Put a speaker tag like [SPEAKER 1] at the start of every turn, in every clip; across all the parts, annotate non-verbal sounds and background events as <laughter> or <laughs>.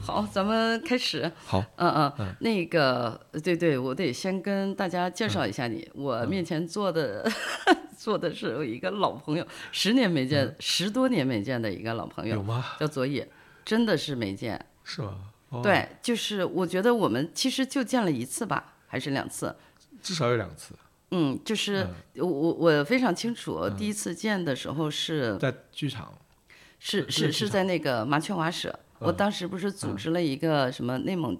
[SPEAKER 1] 好，咱们开始。
[SPEAKER 2] 好，
[SPEAKER 1] 嗯嗯，那个，对对，我得先跟大家介绍一下你。我面前坐的、 <laughs> 坐的是有一个老朋友，十年没见，十多年没见的一个老朋
[SPEAKER 2] 有
[SPEAKER 1] 友，
[SPEAKER 2] 吗？
[SPEAKER 1] 叫佐野，真的是没见。
[SPEAKER 2] 是吗？哦，
[SPEAKER 1] 对，就是我觉得我们其实就见了一次吧，还是两次。
[SPEAKER 2] 至少有两次，
[SPEAKER 1] 嗯，就是我我我非常清楚，第一次见的时候是
[SPEAKER 2] 在剧场。
[SPEAKER 1] 是
[SPEAKER 2] 对
[SPEAKER 1] 是
[SPEAKER 2] 剧
[SPEAKER 1] 是在那个麻雀瓦舍，
[SPEAKER 2] 嗯
[SPEAKER 1] 我当时不是组织了一个什么内蒙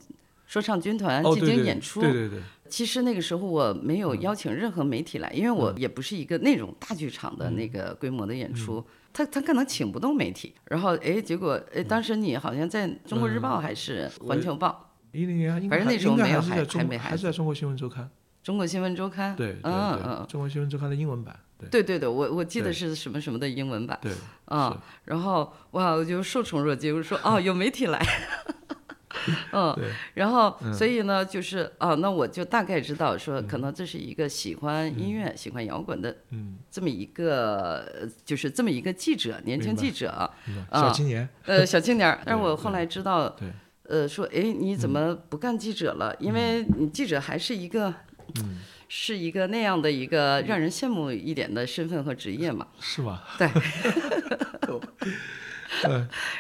[SPEAKER 1] 说唱军团
[SPEAKER 2] 哦，
[SPEAKER 1] 进
[SPEAKER 2] 对
[SPEAKER 1] 行
[SPEAKER 2] 对
[SPEAKER 1] 演出。
[SPEAKER 2] 对嗯对对，
[SPEAKER 1] 其实那个时候我没有邀请任何媒体来，因为
[SPEAKER 2] 嗯
[SPEAKER 1] 我也不是一个那种大剧场的那个规模的演出，他他可能请不动媒体。然后哎，结果哎，
[SPEAKER 2] 嗯
[SPEAKER 1] 当时你好像在《中国日报》还是《环球报》
[SPEAKER 2] 一零年啊应
[SPEAKER 1] 反
[SPEAKER 2] 该
[SPEAKER 1] 正那
[SPEAKER 2] 还
[SPEAKER 1] 时候
[SPEAKER 2] 应该
[SPEAKER 1] 没有
[SPEAKER 2] 还
[SPEAKER 1] 孩
[SPEAKER 2] 是在中
[SPEAKER 1] 还
[SPEAKER 2] 国
[SPEAKER 1] 没孩
[SPEAKER 2] 还是在中国新闻周刊，
[SPEAKER 1] 中国新闻周刊》
[SPEAKER 2] 对对
[SPEAKER 1] 嗯
[SPEAKER 2] 对，
[SPEAKER 1] 嗯，
[SPEAKER 2] 中国新闻周刊的英文版，对
[SPEAKER 1] 对对对，我我记得
[SPEAKER 2] 对
[SPEAKER 1] 是什么什么的英文版。
[SPEAKER 2] 对，
[SPEAKER 1] 啊、然后哇，我就受宠若惊，我说哦，有媒体来， <laughs> 嗯
[SPEAKER 2] 对，
[SPEAKER 1] 然后所以呢，就是啊，那我就大概知道说，可能这是一个喜欢音乐、喜欢摇滚的
[SPEAKER 2] 嗯，
[SPEAKER 1] 这么一个，呃就是这么一个记者，年轻
[SPEAKER 2] 明白
[SPEAKER 1] 记者啊，
[SPEAKER 2] 明白
[SPEAKER 1] 啊
[SPEAKER 2] 小青年，
[SPEAKER 1] 呃，小青
[SPEAKER 2] <laughs>
[SPEAKER 1] 年儿。但是
[SPEAKER 2] 对
[SPEAKER 1] 我后来知道，
[SPEAKER 2] 对，嗯
[SPEAKER 1] 呃，说哎，你怎么不干记者了？因为你记者还是一个。
[SPEAKER 2] 嗯
[SPEAKER 1] 是一个那样的一个让人羡慕一点的身份和职业嘛？
[SPEAKER 2] 是吗？
[SPEAKER 1] 对，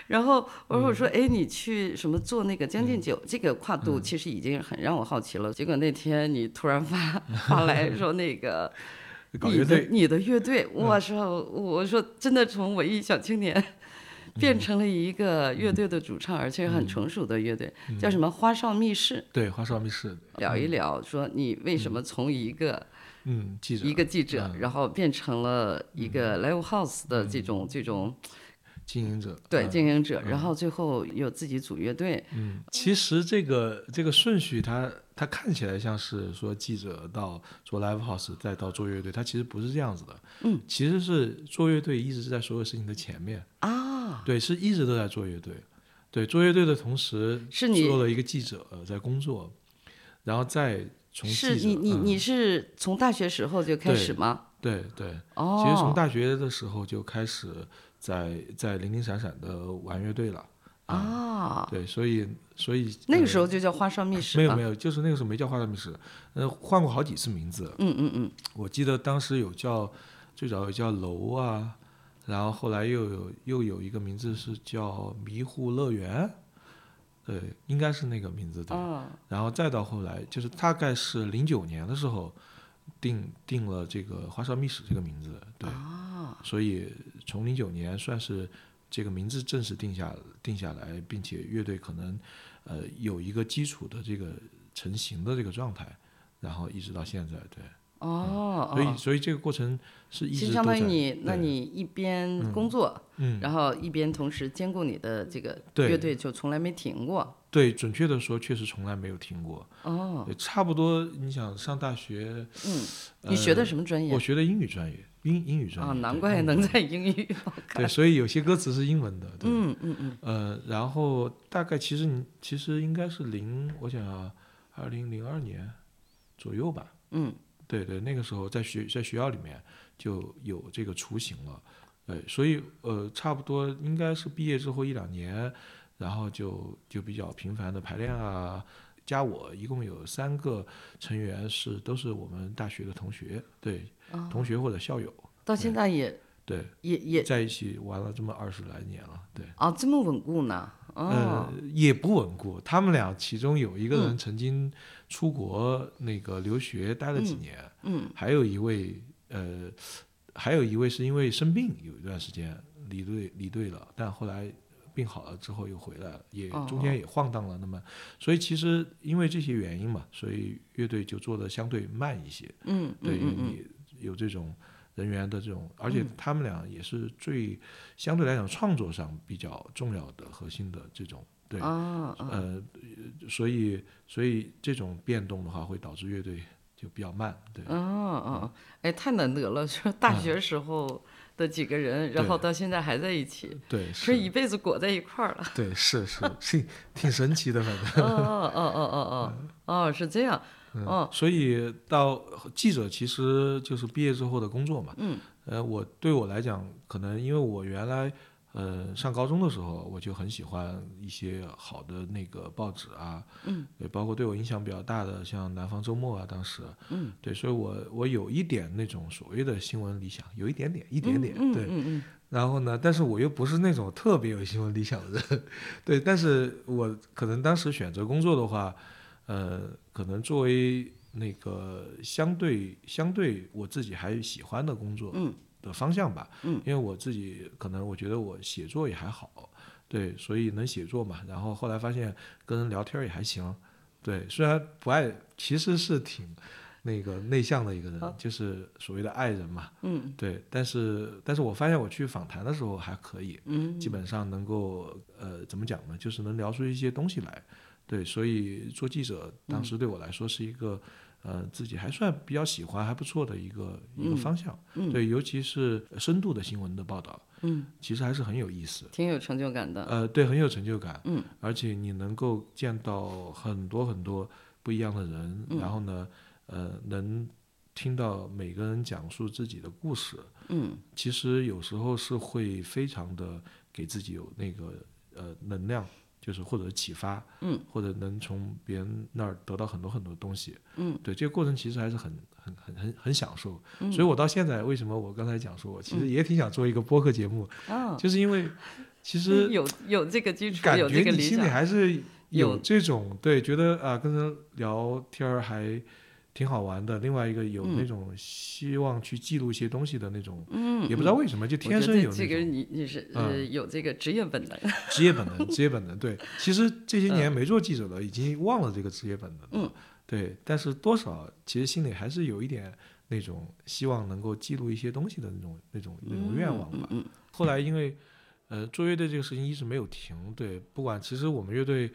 [SPEAKER 1] 然后我说我说
[SPEAKER 2] 嗯
[SPEAKER 1] 哎，你去什么做那个《将进酒》这个跨度，其实已经很让我好奇了。结果那天你突然发发
[SPEAKER 2] <laughs>
[SPEAKER 1] 来说那个
[SPEAKER 2] 搞
[SPEAKER 1] 你
[SPEAKER 2] 乐
[SPEAKER 1] 的
[SPEAKER 2] 队，嗯
[SPEAKER 1] 你的乐
[SPEAKER 2] <laughs>
[SPEAKER 1] 队，我说我说真的从文艺小青年。
[SPEAKER 2] 嗯
[SPEAKER 1] 变成了一个乐队的主唱，而且很成熟的乐队，
[SPEAKER 2] 嗯
[SPEAKER 1] 叫什么花少密室。
[SPEAKER 2] 对，花少密室，
[SPEAKER 1] 聊一聊，说你为什么从一个
[SPEAKER 2] 嗯，记者
[SPEAKER 1] 一个记者，然后变成了一个 live house 的这种这种
[SPEAKER 2] 经营者，
[SPEAKER 1] 对
[SPEAKER 2] 嗯
[SPEAKER 1] 经营者，然后最后有自己组乐队，
[SPEAKER 2] 嗯，其实这个这个顺序它，它看起来像是说记者到做 live house，再到做乐队，它其实不是这样子的。嗯，其实是做乐队一直是在所有事情的前面啊。对，是一直都在做乐队。对，做乐队的同时，
[SPEAKER 1] 是你
[SPEAKER 2] 做了一个记者、呃在工作，然后再从
[SPEAKER 1] 是
[SPEAKER 2] 记者
[SPEAKER 1] 你你
[SPEAKER 2] 嗯
[SPEAKER 1] 你是从大学时候就开始吗？
[SPEAKER 2] 对对，
[SPEAKER 1] 哦，
[SPEAKER 2] 其实从大学的时候就开始在在零零散散的玩乐队了。
[SPEAKER 1] 啊，
[SPEAKER 2] 对，所以所以
[SPEAKER 1] 那
[SPEAKER 2] 呃
[SPEAKER 1] 个时候就叫花少密室
[SPEAKER 2] 没有
[SPEAKER 1] 吧
[SPEAKER 2] 没有，就是那个时候没叫花样密室，呃，换过好几次名字。
[SPEAKER 1] 嗯嗯嗯，
[SPEAKER 2] 我记得当时有叫，最早有叫楼啊，然后后来又有又有一个名字是叫迷糊乐园，对，应该是那个名字对。
[SPEAKER 1] 啊，
[SPEAKER 2] 然后再到后来，就是大概是零九年的时候定定了这个花少密室这个名字，
[SPEAKER 1] 哦
[SPEAKER 2] 对。所以从零九年算是这个名字正式定下定下来，并且乐队可能呃有一个基础的这个成型的这个状态，然后一直到现在，对。
[SPEAKER 1] 哦，
[SPEAKER 2] 嗯所以
[SPEAKER 1] 哦
[SPEAKER 2] 所以这个过程是一
[SPEAKER 1] 其实
[SPEAKER 2] 直都
[SPEAKER 1] 相当于
[SPEAKER 2] 在
[SPEAKER 1] 你，那
[SPEAKER 2] 对
[SPEAKER 1] 你一边工作，
[SPEAKER 2] 嗯
[SPEAKER 1] 然后一边同时兼顾你的这个
[SPEAKER 2] 对
[SPEAKER 1] 乐队，就从来没停过。
[SPEAKER 2] 对准确的说，确实从来没有听过。
[SPEAKER 1] 哦，
[SPEAKER 2] 对差不多，你想上大学，
[SPEAKER 1] 嗯，你学的什么专业
[SPEAKER 2] 呃我？学的英语专业，英英语专业
[SPEAKER 1] 啊，难
[SPEAKER 2] 对
[SPEAKER 1] 怪
[SPEAKER 2] 英语
[SPEAKER 1] 能
[SPEAKER 2] 专业
[SPEAKER 1] 在英语 <laughs> 好看。
[SPEAKER 2] 对，所以有些歌词是英文的，对，
[SPEAKER 1] 嗯嗯嗯，
[SPEAKER 2] 呃，然后大概其实你其实应该是零，我想啊，二零零二年左右吧，
[SPEAKER 1] 嗯，
[SPEAKER 2] 对对，那个时候在学在学校里面就有这个雏形了，对，所以呃，差不多应该是毕业之后一两年，然后就就比较频繁的排练啊。加我一共有三个成员是都是我们大学的同学，对，同学或者校友，
[SPEAKER 1] 到现在也
[SPEAKER 2] 对，
[SPEAKER 1] 也哦也
[SPEAKER 2] 在一起玩了这么二十来年了，对。
[SPEAKER 1] 啊这么稳固呢？哦嗯
[SPEAKER 2] 呃，也不稳固。他们俩其中有一个人曾经出国那个留学待了几年，
[SPEAKER 1] 嗯
[SPEAKER 2] 还有一位呃，还有一位是因为生病有一段时间离队离队了，但后来病好了之后又回来了，也
[SPEAKER 1] 哦
[SPEAKER 2] 中间也晃荡了。那么，所以其实因为这些原因嘛，所以乐队就做的相对慢一些。
[SPEAKER 1] 嗯
[SPEAKER 2] 对
[SPEAKER 1] 嗯嗯嗯，
[SPEAKER 2] 你有这种人员的这种，而且他们俩也是最、相对来讲创作上比较重要的核心的这种对，
[SPEAKER 1] 啊啊
[SPEAKER 2] 呃，所以所以这种变动的话会导致乐队就比较慢，对，
[SPEAKER 1] 哦哦，哎，太难得了，说大学时候的几个人，然后
[SPEAKER 2] 对
[SPEAKER 1] 到现在还在一起，
[SPEAKER 2] 对
[SPEAKER 1] 说
[SPEAKER 2] 是，
[SPEAKER 1] 一辈子裹在一块儿了。
[SPEAKER 2] <laughs> 对是是是挺神奇的，反正。
[SPEAKER 1] 哦哦哦哦哦哦，是这样。
[SPEAKER 2] 嗯
[SPEAKER 1] 哦，
[SPEAKER 2] 所以到记者其实就是毕业之后的工作嘛。嗯。呃，我对我来讲，可能因为我原来呃，上高中的时候我就很喜欢一些好的那个报纸啊，嗯，对，包括对我影响比较大的像《南方周末》啊，当时，嗯，对，所以我我有一点那种所谓的新闻理想，有一点点，一点点，
[SPEAKER 1] 嗯
[SPEAKER 2] 对，然后呢，但是我又不是那种特别有新闻理想的人，对，但是我可能当时选择工作的话，呃，可能作为那个相对相对我自己还喜欢的工作的方向吧，因为我自己可能我觉得我写作也还好，对，所以能写作嘛，然后后来发现跟人聊天也还行，对，虽然不爱，其实是挺那个内向的一个人，就是所谓的爱人嘛，嗯，对，但是但是我发现我去访谈的时候还可以，嗯，基本上能够呃怎么讲呢，就是能聊出一些东西来，对，所以做记者当时对我来说是一个、呃自己还算比较喜欢还不错的一个、一个方向，
[SPEAKER 1] 嗯
[SPEAKER 2] 对，尤其是深度的新闻的报道，嗯，其实还是很有意思。
[SPEAKER 1] 挺有成就感的。
[SPEAKER 2] 呃，对，很有成就感。嗯，而且你能够见到很多很多不一样的人，然后呢，呃，能听到每个人讲述自己的故事。嗯，其实有时候是会非常的给自己有那个呃能量，就是或者启发，嗯，或者能从别人那儿得到很多很多东西。嗯，对，这个过程其实还是很。很很很很享受，
[SPEAKER 1] 嗯
[SPEAKER 2] 所以我到现在为什么我刚才讲说，我其实也挺想做一个播客节目，就是因
[SPEAKER 1] <laughs>
[SPEAKER 2] 为其实
[SPEAKER 1] 哦嗯有有这个基础，
[SPEAKER 2] 感
[SPEAKER 1] 有
[SPEAKER 2] 觉
[SPEAKER 1] 这个
[SPEAKER 2] 你
[SPEAKER 1] 理
[SPEAKER 2] 心里
[SPEAKER 1] 想。
[SPEAKER 2] 还是有
[SPEAKER 1] 有
[SPEAKER 2] 这种对，觉得啊跟人聊天儿还挺好玩的。另外一个有
[SPEAKER 1] 嗯
[SPEAKER 2] 那种希望去记录一些东西的那种，嗯，也不知道为什么就
[SPEAKER 1] 我
[SPEAKER 2] 天
[SPEAKER 1] 觉
[SPEAKER 2] 生
[SPEAKER 1] 得
[SPEAKER 2] 有那
[SPEAKER 1] 这个
[SPEAKER 2] 种嗯
[SPEAKER 1] 你你是呃有这个职业本能，
[SPEAKER 2] 职业本能，职业本
[SPEAKER 1] <laughs>
[SPEAKER 2] 能。对，其实这
[SPEAKER 1] 嗯
[SPEAKER 2] 些年没做记者了，已经忘了这个职业本能了。嗯，对，但是多少其实心里还是有一点。那种希望能够记录一些东西的那种、那种、那嗯种愿
[SPEAKER 1] 嗯
[SPEAKER 2] 望吧。后来因为呃做乐队这个事情一直没有停，对，不管其实我们乐队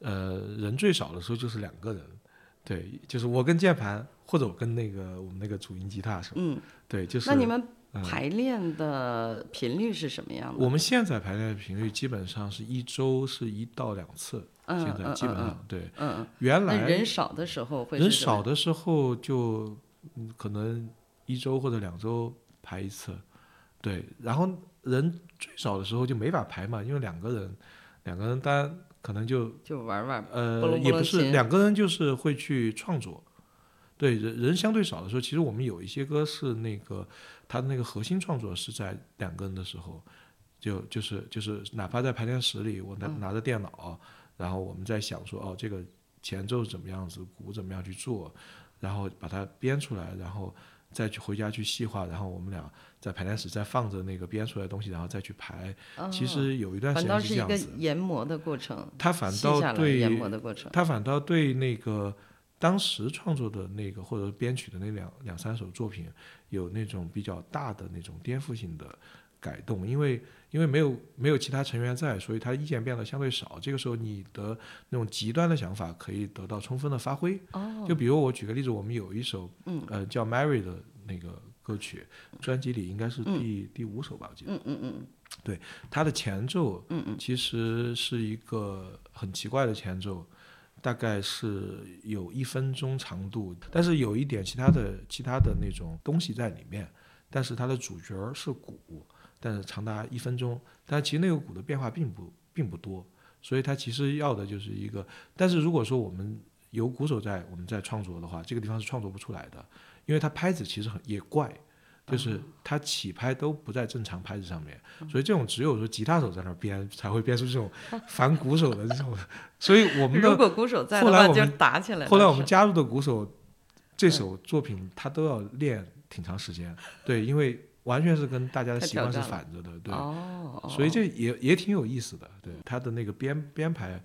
[SPEAKER 2] 呃人最少的时候就是两个人，对，就是我跟键盘或者我跟那个我们那个主音吉他手，
[SPEAKER 1] 嗯，
[SPEAKER 2] 对，就是
[SPEAKER 1] 那你们
[SPEAKER 2] 嗯
[SPEAKER 1] 排练的频率是什么样的？
[SPEAKER 2] 我们现在排练的频率基本上是一周是一到两次，
[SPEAKER 1] 嗯
[SPEAKER 2] 现在
[SPEAKER 1] 嗯
[SPEAKER 2] 基本
[SPEAKER 1] 嗯
[SPEAKER 2] 上对，
[SPEAKER 1] 嗯嗯，
[SPEAKER 2] 原
[SPEAKER 1] 那
[SPEAKER 2] 来
[SPEAKER 1] 人少的时候会
[SPEAKER 2] 人
[SPEAKER 1] 是怎么
[SPEAKER 2] 少的时候就嗯可能一周或者两周排一次，对，然后人最少的时候就没法排嘛，因为两个人，两个人单可能就
[SPEAKER 1] 就玩玩
[SPEAKER 2] 呃
[SPEAKER 1] 拨弄拨
[SPEAKER 2] 也不
[SPEAKER 1] 弄
[SPEAKER 2] 是
[SPEAKER 1] 琴
[SPEAKER 2] 两个人就是会去创作，对人人相对少的时候，其实我们有一些歌是那个它的那个核心创作是在两个人的时候，就就是就是哪怕在排练室里，我拿
[SPEAKER 1] 嗯
[SPEAKER 2] 拿着电脑，然后我们在想说哦这个前奏是怎么样子，鼓怎么样去做，然后把它编出来，然后。再去回家去细化，然后我们俩在排练室再放着那个编出来的东西，然后再去排。其实有一段
[SPEAKER 1] 嗯
[SPEAKER 2] 时
[SPEAKER 1] 反倒是
[SPEAKER 2] 间这
[SPEAKER 1] 一
[SPEAKER 2] 样
[SPEAKER 1] 个
[SPEAKER 2] 子。
[SPEAKER 1] 研磨的过程，
[SPEAKER 2] 他反
[SPEAKER 1] 细
[SPEAKER 2] 倒
[SPEAKER 1] 下来
[SPEAKER 2] 对
[SPEAKER 1] 研磨的过程。
[SPEAKER 2] 他反倒对那个当时创作的那个或者编曲的那两两三首作品有那种比较大的那种颠覆性的改动，因为因为没有没有其他成员在，所以他意见变得相对少。这个时候你的那种极端的想法可以得到充分的发挥。哦，就比如我举个例子，我们有一首嗯呃叫《Mary》的那个歌曲，专辑里应该是第、第五首吧，我记得。嗯嗯嗯。对，它的前奏，嗯嗯，其实是一个很奇怪的前奏，大概是有一分钟长度，但是有一点其他的其他的那种东西在里面，但是它的主角儿是鼓，但是长达一分钟，但其实那个鼓的变化并不并不多，所以它其实要的就是一个，但是如果说我们有鼓手在，我们在创作的话，这个地方是创作不出来的，因为它拍子其实很也怪。就是它起拍都不在正常拍子上面，所以这种只有说吉他手在那儿编才会编出这种反鼓手的这种，所以我们的
[SPEAKER 1] 如果鼓手在
[SPEAKER 2] 后
[SPEAKER 1] 的
[SPEAKER 2] 来
[SPEAKER 1] 话，
[SPEAKER 2] 我
[SPEAKER 1] 就
[SPEAKER 2] 们
[SPEAKER 1] 打起来了。
[SPEAKER 2] 后来我们
[SPEAKER 1] 是
[SPEAKER 2] 加入的鼓手，
[SPEAKER 1] 嗯
[SPEAKER 2] 这首作品他都要练挺长时间，对，因为完全是跟大家的
[SPEAKER 1] 太
[SPEAKER 2] 习惯
[SPEAKER 1] 挑战
[SPEAKER 2] 是反着的，对，
[SPEAKER 1] 哦，
[SPEAKER 2] 所以这也也挺有意思的，对，他的那个编编排，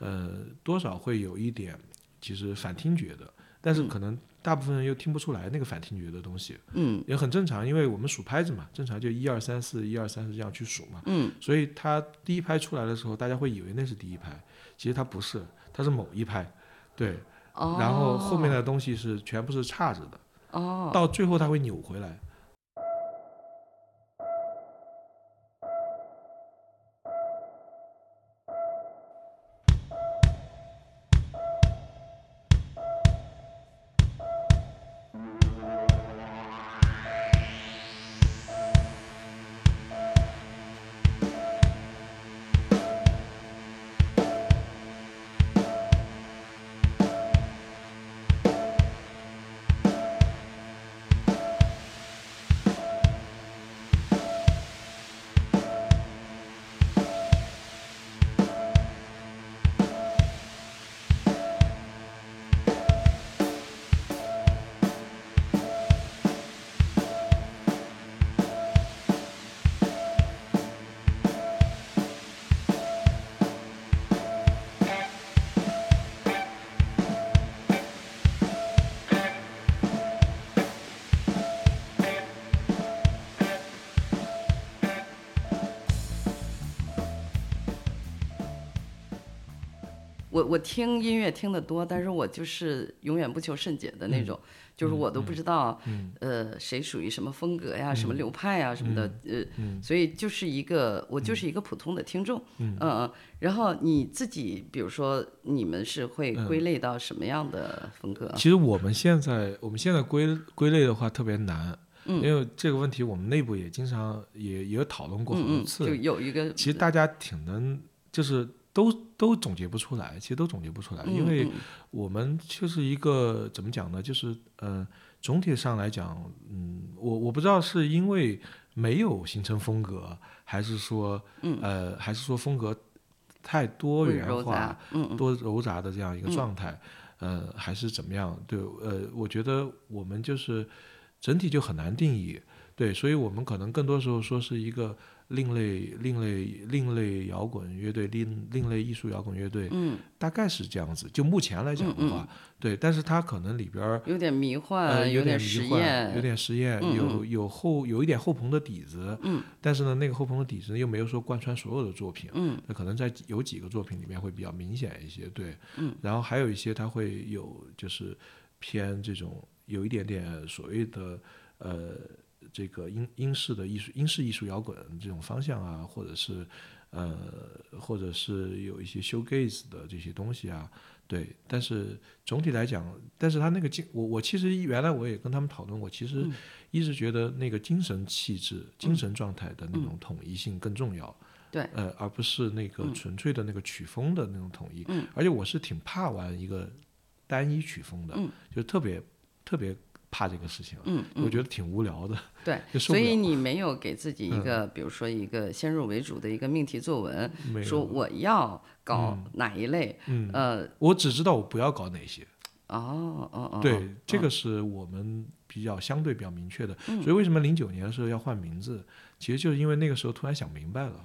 [SPEAKER 2] 呃，多少会有一点其实反听觉的，但是可能大部分人又听不出来那个反听觉的东西，
[SPEAKER 1] 嗯
[SPEAKER 2] 也很正常，因为我们数拍子嘛，正常就一二三四一二三四这样去数嘛。
[SPEAKER 1] 嗯。
[SPEAKER 2] 所以它第一拍出来的时候，大家会以为那是第一拍，其实它不是，它是某一拍，对。
[SPEAKER 1] 哦，
[SPEAKER 2] 然后后面的东西是全部是岔着的，
[SPEAKER 1] 哦，
[SPEAKER 2] 到最后它会扭回来。
[SPEAKER 3] Thank
[SPEAKER 1] 我我听音乐听得多，但是我就是永远不求甚解的那
[SPEAKER 2] 嗯
[SPEAKER 1] 种，就是我都不知道，呃，谁属于什么风格呀、
[SPEAKER 2] 嗯
[SPEAKER 1] 什么流派呀、什么的，呃，所以就是一个我
[SPEAKER 2] 嗯
[SPEAKER 1] 就是一个普通的听众，嗯嗯。然后你自己，比如说你们是会
[SPEAKER 2] 嗯
[SPEAKER 1] 归类到什么样的风格？
[SPEAKER 2] 其实我们现在我们现在归归类的话特别难，
[SPEAKER 1] 嗯
[SPEAKER 2] 因为这个问题我们内部也经常也也有讨论过好
[SPEAKER 1] 嗯
[SPEAKER 2] 多
[SPEAKER 1] 嗯，
[SPEAKER 2] 次。
[SPEAKER 1] 就有一个，
[SPEAKER 2] 其实大家挺能，就是都都总结不出来，其实都总结不出来，因为
[SPEAKER 1] 嗯
[SPEAKER 2] 我们就是一个怎么讲呢？就是呃，总体上来讲，嗯，我我不知道是因为没有形成风格，还是说，呃，还是说风格太多
[SPEAKER 1] 嗯温
[SPEAKER 2] 元
[SPEAKER 1] 柔
[SPEAKER 2] 化，
[SPEAKER 1] 杂，嗯嗯
[SPEAKER 2] 多揉杂的这样一个状态，呃，还是怎么样？对，呃，我觉得我们就是整体就很难定义，对，所以我们可能更多时候说是一个另类、另类、另类摇滚乐队、另另类艺术摇滚乐队，
[SPEAKER 1] 嗯，
[SPEAKER 2] 大概是这样子。就目前来讲的话，对，但是它可能里边儿
[SPEAKER 1] 有点迷
[SPEAKER 2] 呃
[SPEAKER 1] 幻，
[SPEAKER 2] 有
[SPEAKER 1] 点
[SPEAKER 2] 迷
[SPEAKER 1] 实
[SPEAKER 2] 幻，有
[SPEAKER 1] 验，
[SPEAKER 2] 点实验，有有后有一点后朋的底子，
[SPEAKER 1] 嗯，
[SPEAKER 2] 但是呢，那个后朋的底子又没有说贯穿所有的作品，
[SPEAKER 1] 嗯，
[SPEAKER 2] 那可能在有几个作品里面会比较明显一些，对，
[SPEAKER 1] 嗯，
[SPEAKER 2] 然后还有一些它会有就是偏这种有一点点所谓的呃这个英英式的艺术英式艺术摇滚这种方向啊，或者是呃或者是有一些 showgaze 的这些东西啊，对，但是总体来讲，但是他那个精，我我其实原来我也跟他们讨论过，其
[SPEAKER 1] 嗯
[SPEAKER 2] 实一直觉得那个精神气质、精神状态的那种统一性更重要。
[SPEAKER 1] 对嗯
[SPEAKER 2] 呃，而不是那个纯粹的那个曲风的那种统一。嗯，而且我是挺怕玩一个单一曲风的，
[SPEAKER 1] 嗯
[SPEAKER 2] 就特别特别怕这个事情，
[SPEAKER 1] 嗯嗯
[SPEAKER 2] 我。觉得挺无聊的。
[SPEAKER 1] 对
[SPEAKER 2] 就，受
[SPEAKER 1] 所
[SPEAKER 2] 不
[SPEAKER 1] 以
[SPEAKER 2] 了嗯
[SPEAKER 1] 你没有给自己一个，比如说一个先入为主的一个命题作文，
[SPEAKER 2] 没
[SPEAKER 1] 说
[SPEAKER 2] 有，
[SPEAKER 1] 我要搞哪一类，
[SPEAKER 2] 嗯，
[SPEAKER 1] 呃，
[SPEAKER 2] 我只知道我不要搞哪些。
[SPEAKER 1] 哦哦哦，
[SPEAKER 2] 对，这个是我们比较相对比较明确的。
[SPEAKER 1] 嗯
[SPEAKER 2] 所以为什么零九年的时候要换名字，其实就是因为那个时候突然想明白了，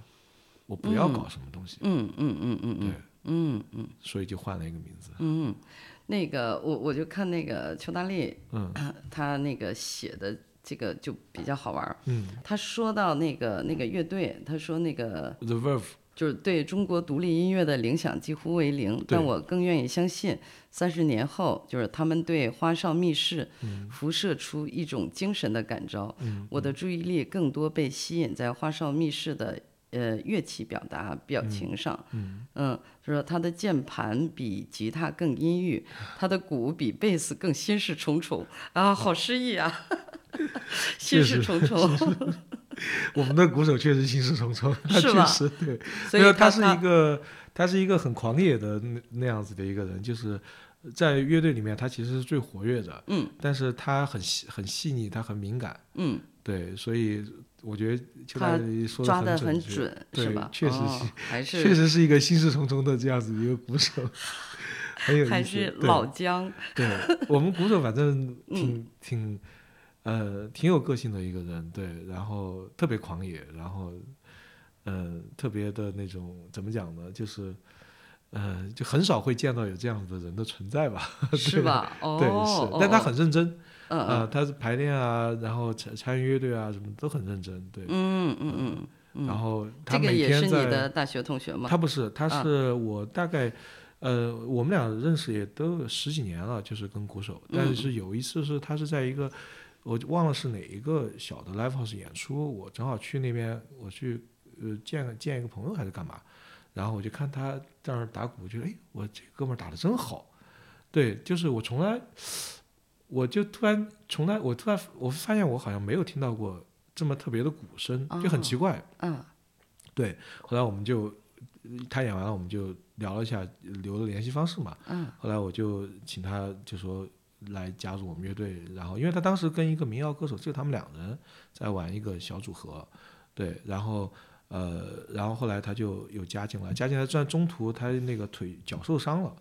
[SPEAKER 2] 我不要搞什么东西，
[SPEAKER 1] 嗯嗯嗯嗯
[SPEAKER 2] 对
[SPEAKER 1] 嗯，嗯嗯
[SPEAKER 2] 所以就换了一个名字。
[SPEAKER 1] 嗯，那个我我就看那个邱大力，
[SPEAKER 2] 嗯
[SPEAKER 1] <clears throat> 他那个写的这个就比较好玩儿。
[SPEAKER 2] 嗯
[SPEAKER 1] 他说到那个那个乐队，他说那个
[SPEAKER 2] ，The Verve，
[SPEAKER 1] 就是对中国独立音乐的影响几乎为零，
[SPEAKER 2] 对
[SPEAKER 1] 但我更愿意相信，三十年后，就是他们对花哨密室
[SPEAKER 2] 嗯
[SPEAKER 1] 辐射出一种精神的感召。我的注意力更多被吸引在花哨密室的呃乐器表达表情上。嗯，就是说他的键盘比吉他更阴
[SPEAKER 2] <laughs>
[SPEAKER 1] 郁，他的鼓比贝斯更心事重重啊，好诗意
[SPEAKER 2] <laughs>
[SPEAKER 1] 啊，心事
[SPEAKER 2] 确实
[SPEAKER 1] 重重，
[SPEAKER 2] 我们的鼓手确实心事重重，他
[SPEAKER 1] 是吧
[SPEAKER 2] 确实对，
[SPEAKER 1] <laughs> 所
[SPEAKER 2] 没有
[SPEAKER 1] 以
[SPEAKER 2] 他
[SPEAKER 1] 他
[SPEAKER 2] 是一个他是一个很狂野的那那样子的一个人，就是。在乐队里面，他其实是最活跃的，
[SPEAKER 1] 嗯，
[SPEAKER 2] 但是他很细、很细腻，他很敏感，
[SPEAKER 1] 嗯。
[SPEAKER 2] 对，所以我觉得邱
[SPEAKER 1] 他
[SPEAKER 2] 大爷说
[SPEAKER 1] 抓
[SPEAKER 2] 的
[SPEAKER 1] 得
[SPEAKER 2] 很
[SPEAKER 1] 很
[SPEAKER 2] 准确，
[SPEAKER 1] 准，
[SPEAKER 2] 对
[SPEAKER 1] 是吧？
[SPEAKER 2] 确实
[SPEAKER 1] 哦
[SPEAKER 2] 是
[SPEAKER 1] 还
[SPEAKER 2] 确
[SPEAKER 1] 是
[SPEAKER 2] 实是一个心事重重的这样子一个鼓手， <laughs> 很有意思。
[SPEAKER 1] 还是老嗯姜，
[SPEAKER 2] 对，
[SPEAKER 1] <laughs>
[SPEAKER 2] 对我们鼓手反正挺、挺呃挺有个性的一个人，对，然后特别狂野，然后呃特别的那种怎么讲呢，就是呃就很少会见到有这样子的人的存在吧？
[SPEAKER 1] 是吧？哦，
[SPEAKER 2] 对，是，但他很认真
[SPEAKER 1] 嗯
[SPEAKER 2] 啊、
[SPEAKER 1] 嗯
[SPEAKER 2] 他是排练啊，然后参参与乐队啊，什么都很认真，对。
[SPEAKER 1] 嗯嗯嗯嗯，
[SPEAKER 2] 然后他
[SPEAKER 1] 这个
[SPEAKER 2] 每
[SPEAKER 1] 也
[SPEAKER 2] 天
[SPEAKER 1] 是
[SPEAKER 2] 在。
[SPEAKER 1] 你的大学同学吗？
[SPEAKER 2] 他不是，他
[SPEAKER 1] 啊
[SPEAKER 2] 是我大概，呃，我们俩认识也都有十几年了，就是跟鼓手。
[SPEAKER 1] 嗯
[SPEAKER 2] 但是有一次是他是在一个，我就忘了是哪一个小的 live house 演出，我正好去那边，我去呃见见一个朋友还是干嘛，然后我就看他在那儿打鼓，我觉得哎，我这哥们儿打的真好。对，就是我从来，我就突然从来我突然我发现我好像没有听到过这么特别的鼓声，就很奇怪。
[SPEAKER 1] 嗯
[SPEAKER 2] 对，后来我们就他演完了，我们就聊了一下，留了联系方式嘛。
[SPEAKER 1] 嗯
[SPEAKER 2] 后来我就请他就说来加入我们乐队，然后因为他当时跟一个民谣歌手，就他们两人在玩一个小组合，对，然后呃，然后后来他就有加进来，加进来，虽然中途他那个腿脚受伤了，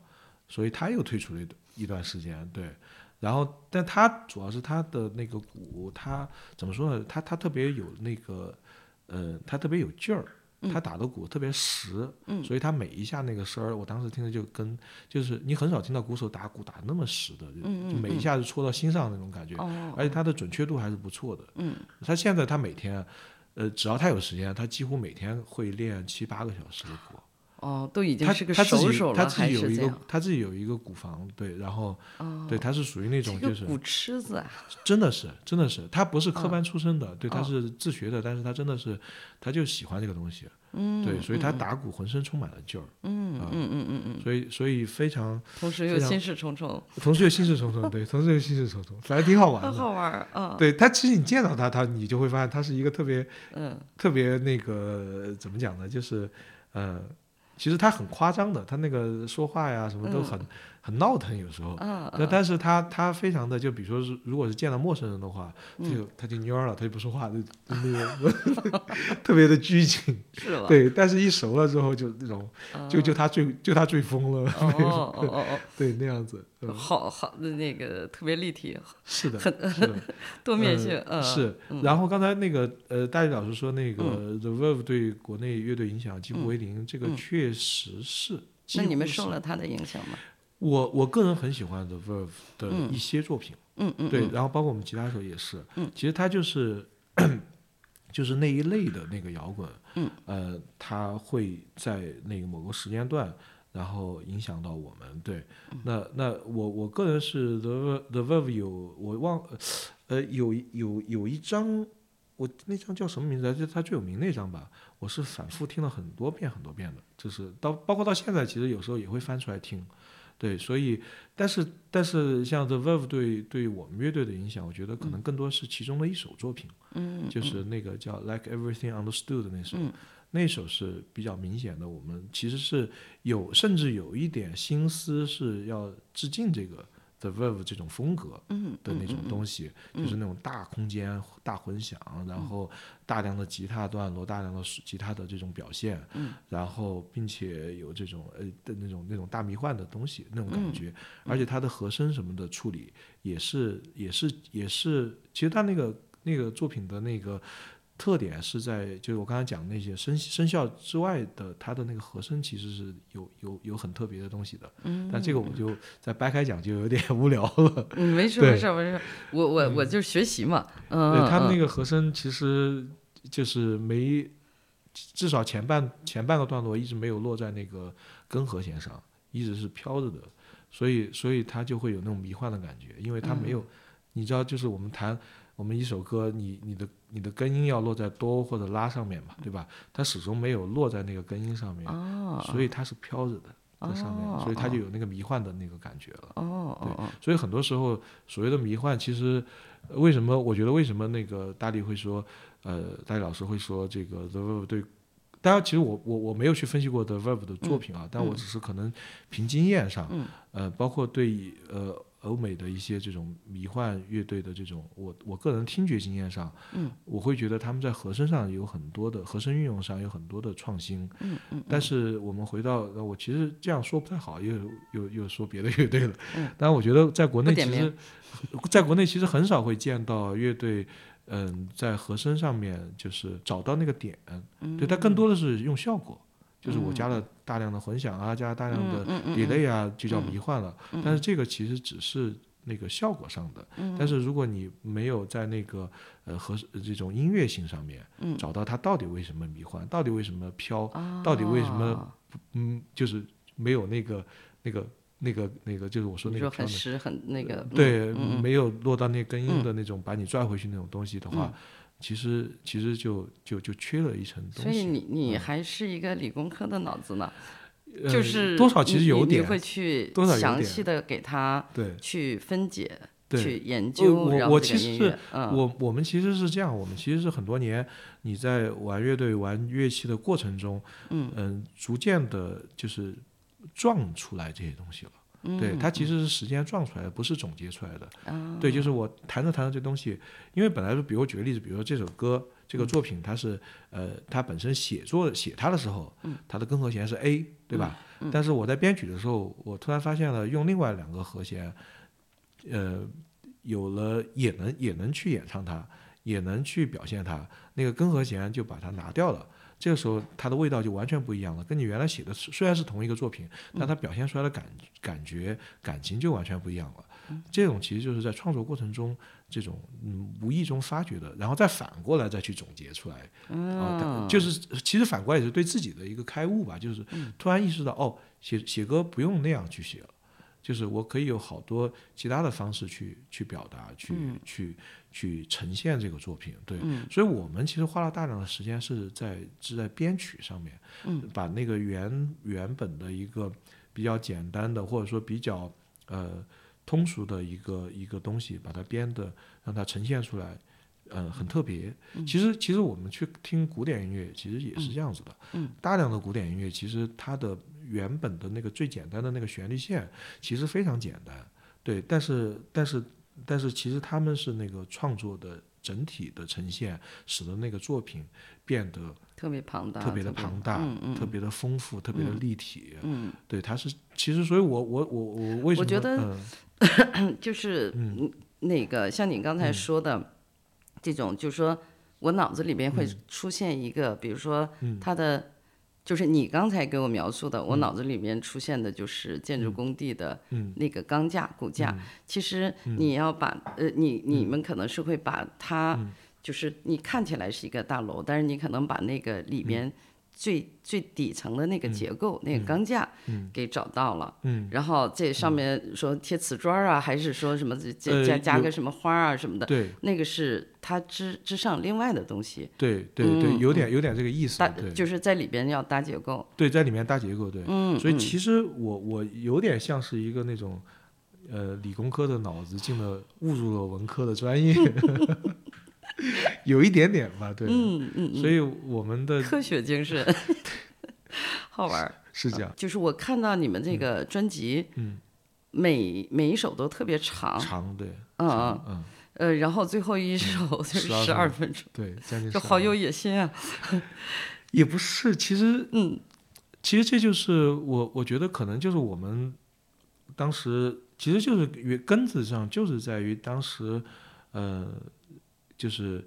[SPEAKER 2] 所以他又退出了一段一段时间，对。然后，但他主要是他的那个鼓，他怎么说呢？他他特别有那个，呃，他特别有劲儿，
[SPEAKER 1] 嗯
[SPEAKER 2] 他打的鼓特别实，所以他每一下那个声儿，我当时听着就跟就是你很少听到鼓手打鼓打那么实的，就
[SPEAKER 1] 嗯嗯
[SPEAKER 2] 就每一下就戳到心上那种感觉，
[SPEAKER 1] 哦，
[SPEAKER 2] 而且他的准确度还是不错的。
[SPEAKER 1] 嗯，
[SPEAKER 2] 他现在他每天，呃，只要他有时间，他几乎每天会练七八个小时的鼓。
[SPEAKER 1] 哦，都已经
[SPEAKER 2] 他
[SPEAKER 1] 是个
[SPEAKER 2] 他自
[SPEAKER 1] 熟
[SPEAKER 2] 己
[SPEAKER 1] 手
[SPEAKER 2] 他
[SPEAKER 1] 了，
[SPEAKER 2] 自
[SPEAKER 1] 还
[SPEAKER 2] 己有
[SPEAKER 1] 是
[SPEAKER 2] 一
[SPEAKER 1] 这
[SPEAKER 2] 个
[SPEAKER 1] 样。
[SPEAKER 2] 他自己有一个古房，对，然后
[SPEAKER 1] 哦，
[SPEAKER 2] 对他是属于那
[SPEAKER 1] 这
[SPEAKER 2] 种
[SPEAKER 1] 个
[SPEAKER 2] 就是
[SPEAKER 1] 古痴子啊，
[SPEAKER 2] 真的是真的是他不是科
[SPEAKER 1] 嗯
[SPEAKER 2] 班出身的，对，他
[SPEAKER 1] 哦
[SPEAKER 2] 是自学的，但是他真的是他就喜欢这个东西，
[SPEAKER 1] 嗯，
[SPEAKER 2] 对，所以他
[SPEAKER 1] 嗯，
[SPEAKER 2] 打鼓浑身充满了劲儿，啊
[SPEAKER 1] 嗯嗯嗯嗯嗯嗯，
[SPEAKER 2] 所以所以非常
[SPEAKER 1] 同时又
[SPEAKER 2] 非常
[SPEAKER 1] 心事重重，
[SPEAKER 2] 同时
[SPEAKER 1] <laughs>
[SPEAKER 2] 又心事重重，对，同时又心事重重，反正挺好玩
[SPEAKER 1] 很
[SPEAKER 2] 的。
[SPEAKER 1] 好玩儿啊，
[SPEAKER 2] 对他，其实你见到他，他你就会发现他是一个特别
[SPEAKER 1] 嗯
[SPEAKER 2] 特别那个怎么讲呢？就是，呃，其实他很夸张的，他那个说话呀什么都很、
[SPEAKER 1] 嗯
[SPEAKER 2] 很闹腾，有时候。
[SPEAKER 1] 啊，
[SPEAKER 2] 那但是他他非常的，就比如说是，如果是见到陌生人的话，他
[SPEAKER 1] 嗯
[SPEAKER 2] 就他就蔫儿了，他就不说话，就就那个 <laughs> 特别的拘谨。
[SPEAKER 1] 是吧？
[SPEAKER 2] 对，但是一熟了之后就那种，
[SPEAKER 1] 啊
[SPEAKER 2] 就就他醉就他醉疯了，
[SPEAKER 1] 哦哦哦
[SPEAKER 2] <laughs> 对那样子。
[SPEAKER 1] 哦，
[SPEAKER 2] 嗯
[SPEAKER 1] 好好的那个特别立体，
[SPEAKER 2] 是的，是的，
[SPEAKER 1] 多面性，
[SPEAKER 2] 呃
[SPEAKER 1] 嗯，
[SPEAKER 2] 是。然后刚才那个呃，大力老师说那个 The Verve 对国内乐队影响几乎为零，这个
[SPEAKER 1] 嗯
[SPEAKER 2] 确实是。
[SPEAKER 1] 那你们
[SPEAKER 2] 几乎
[SPEAKER 1] 受
[SPEAKER 2] 是
[SPEAKER 1] 了他的影响吗？
[SPEAKER 2] 我我个人很喜欢 The Verve 的
[SPEAKER 1] 嗯
[SPEAKER 2] 一些作品，
[SPEAKER 1] 嗯嗯，
[SPEAKER 2] 对，
[SPEAKER 1] 嗯，
[SPEAKER 2] 然后包括我们吉他手也是，其实他就是。就是那一类的那个摇滚，
[SPEAKER 1] 嗯，
[SPEAKER 2] 呃，他会在那个某个时间段，然后影响到我们。对，
[SPEAKER 1] 嗯
[SPEAKER 2] 那那我我个人是 The The Verve 有我忘，呃，有有有一张，我那张叫什么名字来着？就他最有名那张吧，我是反复听了很多遍很多遍的，就是到包括到现在，其实有时候也会翻出来听。对，所以，但是但是，像 The Verve 对对我们乐队的影响，我觉得可能更多是其中的一首作品。
[SPEAKER 1] 嗯，
[SPEAKER 2] 就是那个叫《Like Everything Understood》的那首，
[SPEAKER 1] 嗯
[SPEAKER 2] 那首是比较明显的，我们其实是有甚至有一点心思是要致敬这个 The Verve 这种风格
[SPEAKER 1] 嗯
[SPEAKER 2] 的那种东西，
[SPEAKER 1] 嗯
[SPEAKER 2] 就是那种大空间、大混响，然后大量的吉他段落、大量的吉他的这种表现，
[SPEAKER 1] 嗯
[SPEAKER 2] 然后并且有这种呃的那种那种大迷幻的东西那种
[SPEAKER 1] 嗯
[SPEAKER 2] 感觉，而且它的和声什么的处理也是也是也是，其实它那个那个作品的那个特点是在就是我刚才讲的那些声声效之外的，它的那个和声其实是有有有很特别的东西的，
[SPEAKER 1] 嗯，
[SPEAKER 2] 但这个我就再掰开讲就有点无聊了。
[SPEAKER 1] 嗯没事
[SPEAKER 2] 对
[SPEAKER 1] 没事没事，我我我就是学习嘛，嗯，
[SPEAKER 2] 对，他们那
[SPEAKER 1] 个
[SPEAKER 2] 个和声其实就是没，至少前半前半个段落一直没有落在那个根和弦上，一直是飘着的，所以所以它就会有那种迷幻的感觉，因为它没
[SPEAKER 1] 嗯
[SPEAKER 2] 有，你知道，就是我们弹我们一首歌，你你的你的根音要落在哆或者拉上面嘛，对吧？它始终没有落在那个根音上面，
[SPEAKER 1] 哦，
[SPEAKER 2] 所以它是飘着的在上面，所以它就
[SPEAKER 1] 哦
[SPEAKER 2] 有那个迷幻的那个感觉了。
[SPEAKER 1] 哦哦哦，
[SPEAKER 2] 所以很多时候所谓的迷幻，其实呃为什么我觉得为什么那个大力会说，呃，大力老师会说这个 The Verve 对，当然其实我我我没有去分析过 The Verve 的作品啊，但我只是可能凭经验上，
[SPEAKER 1] 嗯
[SPEAKER 2] 呃，包括对呃欧美的一些这种迷幻乐队的这种，我我个人听觉经验上，
[SPEAKER 1] 嗯，
[SPEAKER 2] 我会觉得他们在和声上有很多的和声运用上有很多的创新，
[SPEAKER 1] 嗯嗯，
[SPEAKER 2] 但是我们回到，呃我其实这样说不太好，又又又说别的乐队了。
[SPEAKER 1] 嗯
[SPEAKER 2] 但我觉得在国内
[SPEAKER 1] 不点
[SPEAKER 2] 其实
[SPEAKER 1] 名，
[SPEAKER 2] 在国内其实很少会见到乐队，嗯，在和声上面就是找到那个点，
[SPEAKER 1] 嗯
[SPEAKER 2] 对，它更多的是用效果，就是我加了大量的混响啊，加了大量的
[SPEAKER 1] 嗯嗯
[SPEAKER 2] delay 啊，就叫迷幻了。但是这个其实只是那个效果上的，
[SPEAKER 1] 嗯
[SPEAKER 2] 但是如果你没有在那个呃和呃这种音乐性上面
[SPEAKER 1] 嗯
[SPEAKER 2] 找到它到底为什么迷幻，到底为什么飘，
[SPEAKER 1] 嗯
[SPEAKER 2] 到底为什么
[SPEAKER 1] 哦
[SPEAKER 2] 嗯，就是没有那个那个那个那个，就是我说
[SPEAKER 1] 你
[SPEAKER 2] 那
[SPEAKER 1] 说
[SPEAKER 2] 个
[SPEAKER 1] 很
[SPEAKER 2] 飘的
[SPEAKER 1] 实很那个，嗯
[SPEAKER 2] 对，
[SPEAKER 1] 嗯嗯
[SPEAKER 2] 没有落到那根音的那种把你拽回去那种东西的
[SPEAKER 1] 嗯
[SPEAKER 2] 话，其实其实就就就缺了一层东西。
[SPEAKER 1] 所以你你
[SPEAKER 2] 嗯
[SPEAKER 1] 还是一个理工科的脑子呢，
[SPEAKER 2] 呃
[SPEAKER 1] 就是
[SPEAKER 2] 多少其实
[SPEAKER 1] 你
[SPEAKER 2] 有
[SPEAKER 1] 你
[SPEAKER 2] 点
[SPEAKER 1] 你会去
[SPEAKER 2] 多少有
[SPEAKER 1] 详
[SPEAKER 2] 点
[SPEAKER 1] 细的给他
[SPEAKER 2] 对
[SPEAKER 1] 去分解、
[SPEAKER 2] 对呃
[SPEAKER 1] 去研究，
[SPEAKER 2] 我
[SPEAKER 1] 然
[SPEAKER 2] 我
[SPEAKER 1] 后这
[SPEAKER 2] 其
[SPEAKER 1] 个
[SPEAKER 2] 实
[SPEAKER 1] 音
[SPEAKER 2] 是
[SPEAKER 1] 乐，嗯，
[SPEAKER 2] 我我们其实是这样，我们其实是很多年你在玩乐队、玩乐器的过程中，呃
[SPEAKER 1] 嗯
[SPEAKER 2] 逐渐的就是撞出来这些东西了。
[SPEAKER 1] 嗯
[SPEAKER 2] 对，它其实是时间撞出来的，不是总结出来的。
[SPEAKER 1] 哦
[SPEAKER 2] 对，就是我弹着弹着这东西，因为本来是，比如举个例子，比如说这首歌。
[SPEAKER 1] 嗯
[SPEAKER 2] 这个作品它是，呃，它本身写作写它的时候，
[SPEAKER 1] 嗯
[SPEAKER 2] 它的根和弦是 A，对吧？但是我在编曲的时候，我突然发现了用另外两个和弦，呃，有了也能也能去演唱它，也能去表现它，那个根和弦就把它拿掉了。这个时候它的味道就完全不一样了，跟你原来写的是虽然是同一个作品，但它表现出来的感感觉感情就完全不一样了。这种其实就是在创作过程中这种嗯无意中发掘的，然后再反过来再去总结出来，啊、它就是其实反过来也是对自己的一个开悟吧，就是突然意识到哦，写写歌不用那样去写了。就是我可以有好多其他的方式去去表达，去、去去呈现这个作品。对，
[SPEAKER 1] 嗯
[SPEAKER 2] 所以我们其实花了大量的时间是在是在编曲上面，把那个原原本的一个比较简单的或者说比较呃通俗的一个一个东西，把它编的让它呈现出来。嗯，很特别。其实，其实我们去听古典音乐，其实也是这样子的。大量的古典音乐，其实它的原本的那个最简单的那个旋律线，其实非常简单。对，但是，但是，但是，其实他们是那个创作的整体的呈现，使得那个作品变得
[SPEAKER 1] 特别庞大，
[SPEAKER 2] 特别的庞大，
[SPEAKER 1] 嗯嗯
[SPEAKER 2] 特别的丰富，特别的立体。
[SPEAKER 1] 嗯，
[SPEAKER 2] 对，它是其实，所以我我我我为什么
[SPEAKER 1] 我觉得
[SPEAKER 2] 嗯
[SPEAKER 1] 就是那个像你刚
[SPEAKER 2] 嗯
[SPEAKER 1] 才说的、这种，就是说我脑子里边
[SPEAKER 2] 嗯
[SPEAKER 1] 会出现一个，比如说它的，就是你刚才给我描述的，我
[SPEAKER 2] 嗯
[SPEAKER 1] 脑子里边出现的就是建筑工地的那个钢架、骨架。
[SPEAKER 2] 嗯
[SPEAKER 1] 其实你要把呃，你你们可能是会把它，
[SPEAKER 2] 嗯
[SPEAKER 1] 就是你看起来是一个大楼，但是你可能把那个
[SPEAKER 2] 嗯
[SPEAKER 1] 里边。最最底层的那个结构，那个钢架，
[SPEAKER 2] 嗯
[SPEAKER 1] 给找到了，然后这上面说贴瓷砖儿啊，还是说什么加
[SPEAKER 2] 呃
[SPEAKER 1] 加加
[SPEAKER 2] 有
[SPEAKER 1] 个什么花儿啊什么的，
[SPEAKER 2] 对
[SPEAKER 1] 那个是它之之上另外的东西，
[SPEAKER 2] 对对对，有点有点这个意思。
[SPEAKER 1] 搭
[SPEAKER 2] 嗯对。
[SPEAKER 1] 嗯就是嗯在里边要搭结构。
[SPEAKER 2] 对，在里面搭结构，对，所以其实我我有点像是一个那种，呃，理工科的脑子进了误入了文科的
[SPEAKER 1] <laughs>
[SPEAKER 2] 专业，有一点点吧，对，
[SPEAKER 1] 嗯嗯，
[SPEAKER 2] 所以我们的
[SPEAKER 1] 科学精
[SPEAKER 2] <laughs>
[SPEAKER 1] 神，好玩儿。
[SPEAKER 2] 是这样
[SPEAKER 1] 就是我看到你们这个专辑，
[SPEAKER 2] 嗯
[SPEAKER 1] 每每一首都特别长，
[SPEAKER 2] 长，对，
[SPEAKER 1] 嗯嗯
[SPEAKER 2] 长嗯，
[SPEAKER 1] 呃，然后最后一首就是
[SPEAKER 2] 12
[SPEAKER 1] 十二分钟，
[SPEAKER 2] 对，将近
[SPEAKER 1] 就
[SPEAKER 2] 12
[SPEAKER 1] 好有野心啊。
[SPEAKER 2] 也不是，其实
[SPEAKER 1] 嗯，
[SPEAKER 2] 其实这就是我我觉得可能就是我们当时其实就是原根子上就是在于当时，呃，就是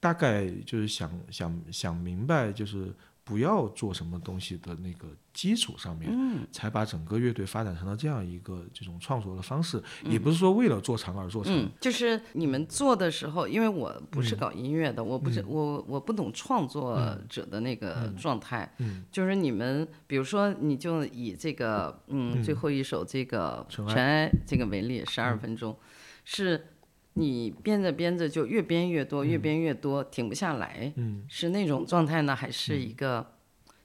[SPEAKER 2] 大概就是想想想明白就是。不要做什么东西的那个基础上面，才把整个乐队发展成了这样一个这种创作的方式，也不是嗯说为了做长而做长，
[SPEAKER 1] 嗯，就是你们做的时候，因为我不是搞音乐的，我不是、我我不懂创作者的那个状态，
[SPEAKER 2] 嗯嗯
[SPEAKER 1] 就是你们，比如说你就以这个嗯最后一首这个
[SPEAKER 2] 尘
[SPEAKER 1] 尘
[SPEAKER 2] 埃
[SPEAKER 1] 埃这个为例，
[SPEAKER 2] 嗯
[SPEAKER 1] 十二分钟，是你编着编着就越编越多，越编越多，停不下来，
[SPEAKER 2] 嗯
[SPEAKER 1] 是那种状态呢，还是一个？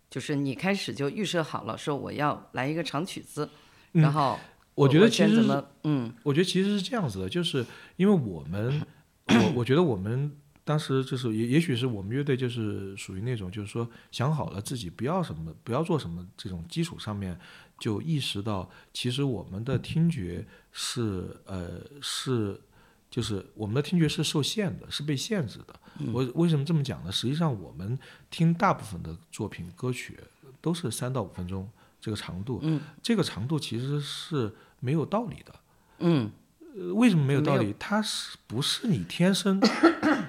[SPEAKER 1] 就是你开始就预设好了，说我要来一个长曲子，
[SPEAKER 2] 嗯
[SPEAKER 1] 然后
[SPEAKER 2] 我觉得其
[SPEAKER 1] 先
[SPEAKER 2] 实
[SPEAKER 1] 怎
[SPEAKER 2] 是
[SPEAKER 1] 么嗯
[SPEAKER 2] 我觉得其实是这样子的，就是因为我们，我我觉得我们当时就是也也许是我们乐队就是属于那种就是说想好了自己不要什么不要做什么这种基础上面就意识到，其实我们的听觉是呃是就是我们的听觉是受限的，是被限制的。我为什么这么讲呢？实际上我们听大部分的作品歌曲都是三到五分钟这个长度，
[SPEAKER 1] 嗯
[SPEAKER 2] 这个长度其实是没有道理的。
[SPEAKER 1] 嗯
[SPEAKER 2] 呃为什么没有道
[SPEAKER 1] 没
[SPEAKER 2] 理？它是不是你天生？ <coughs>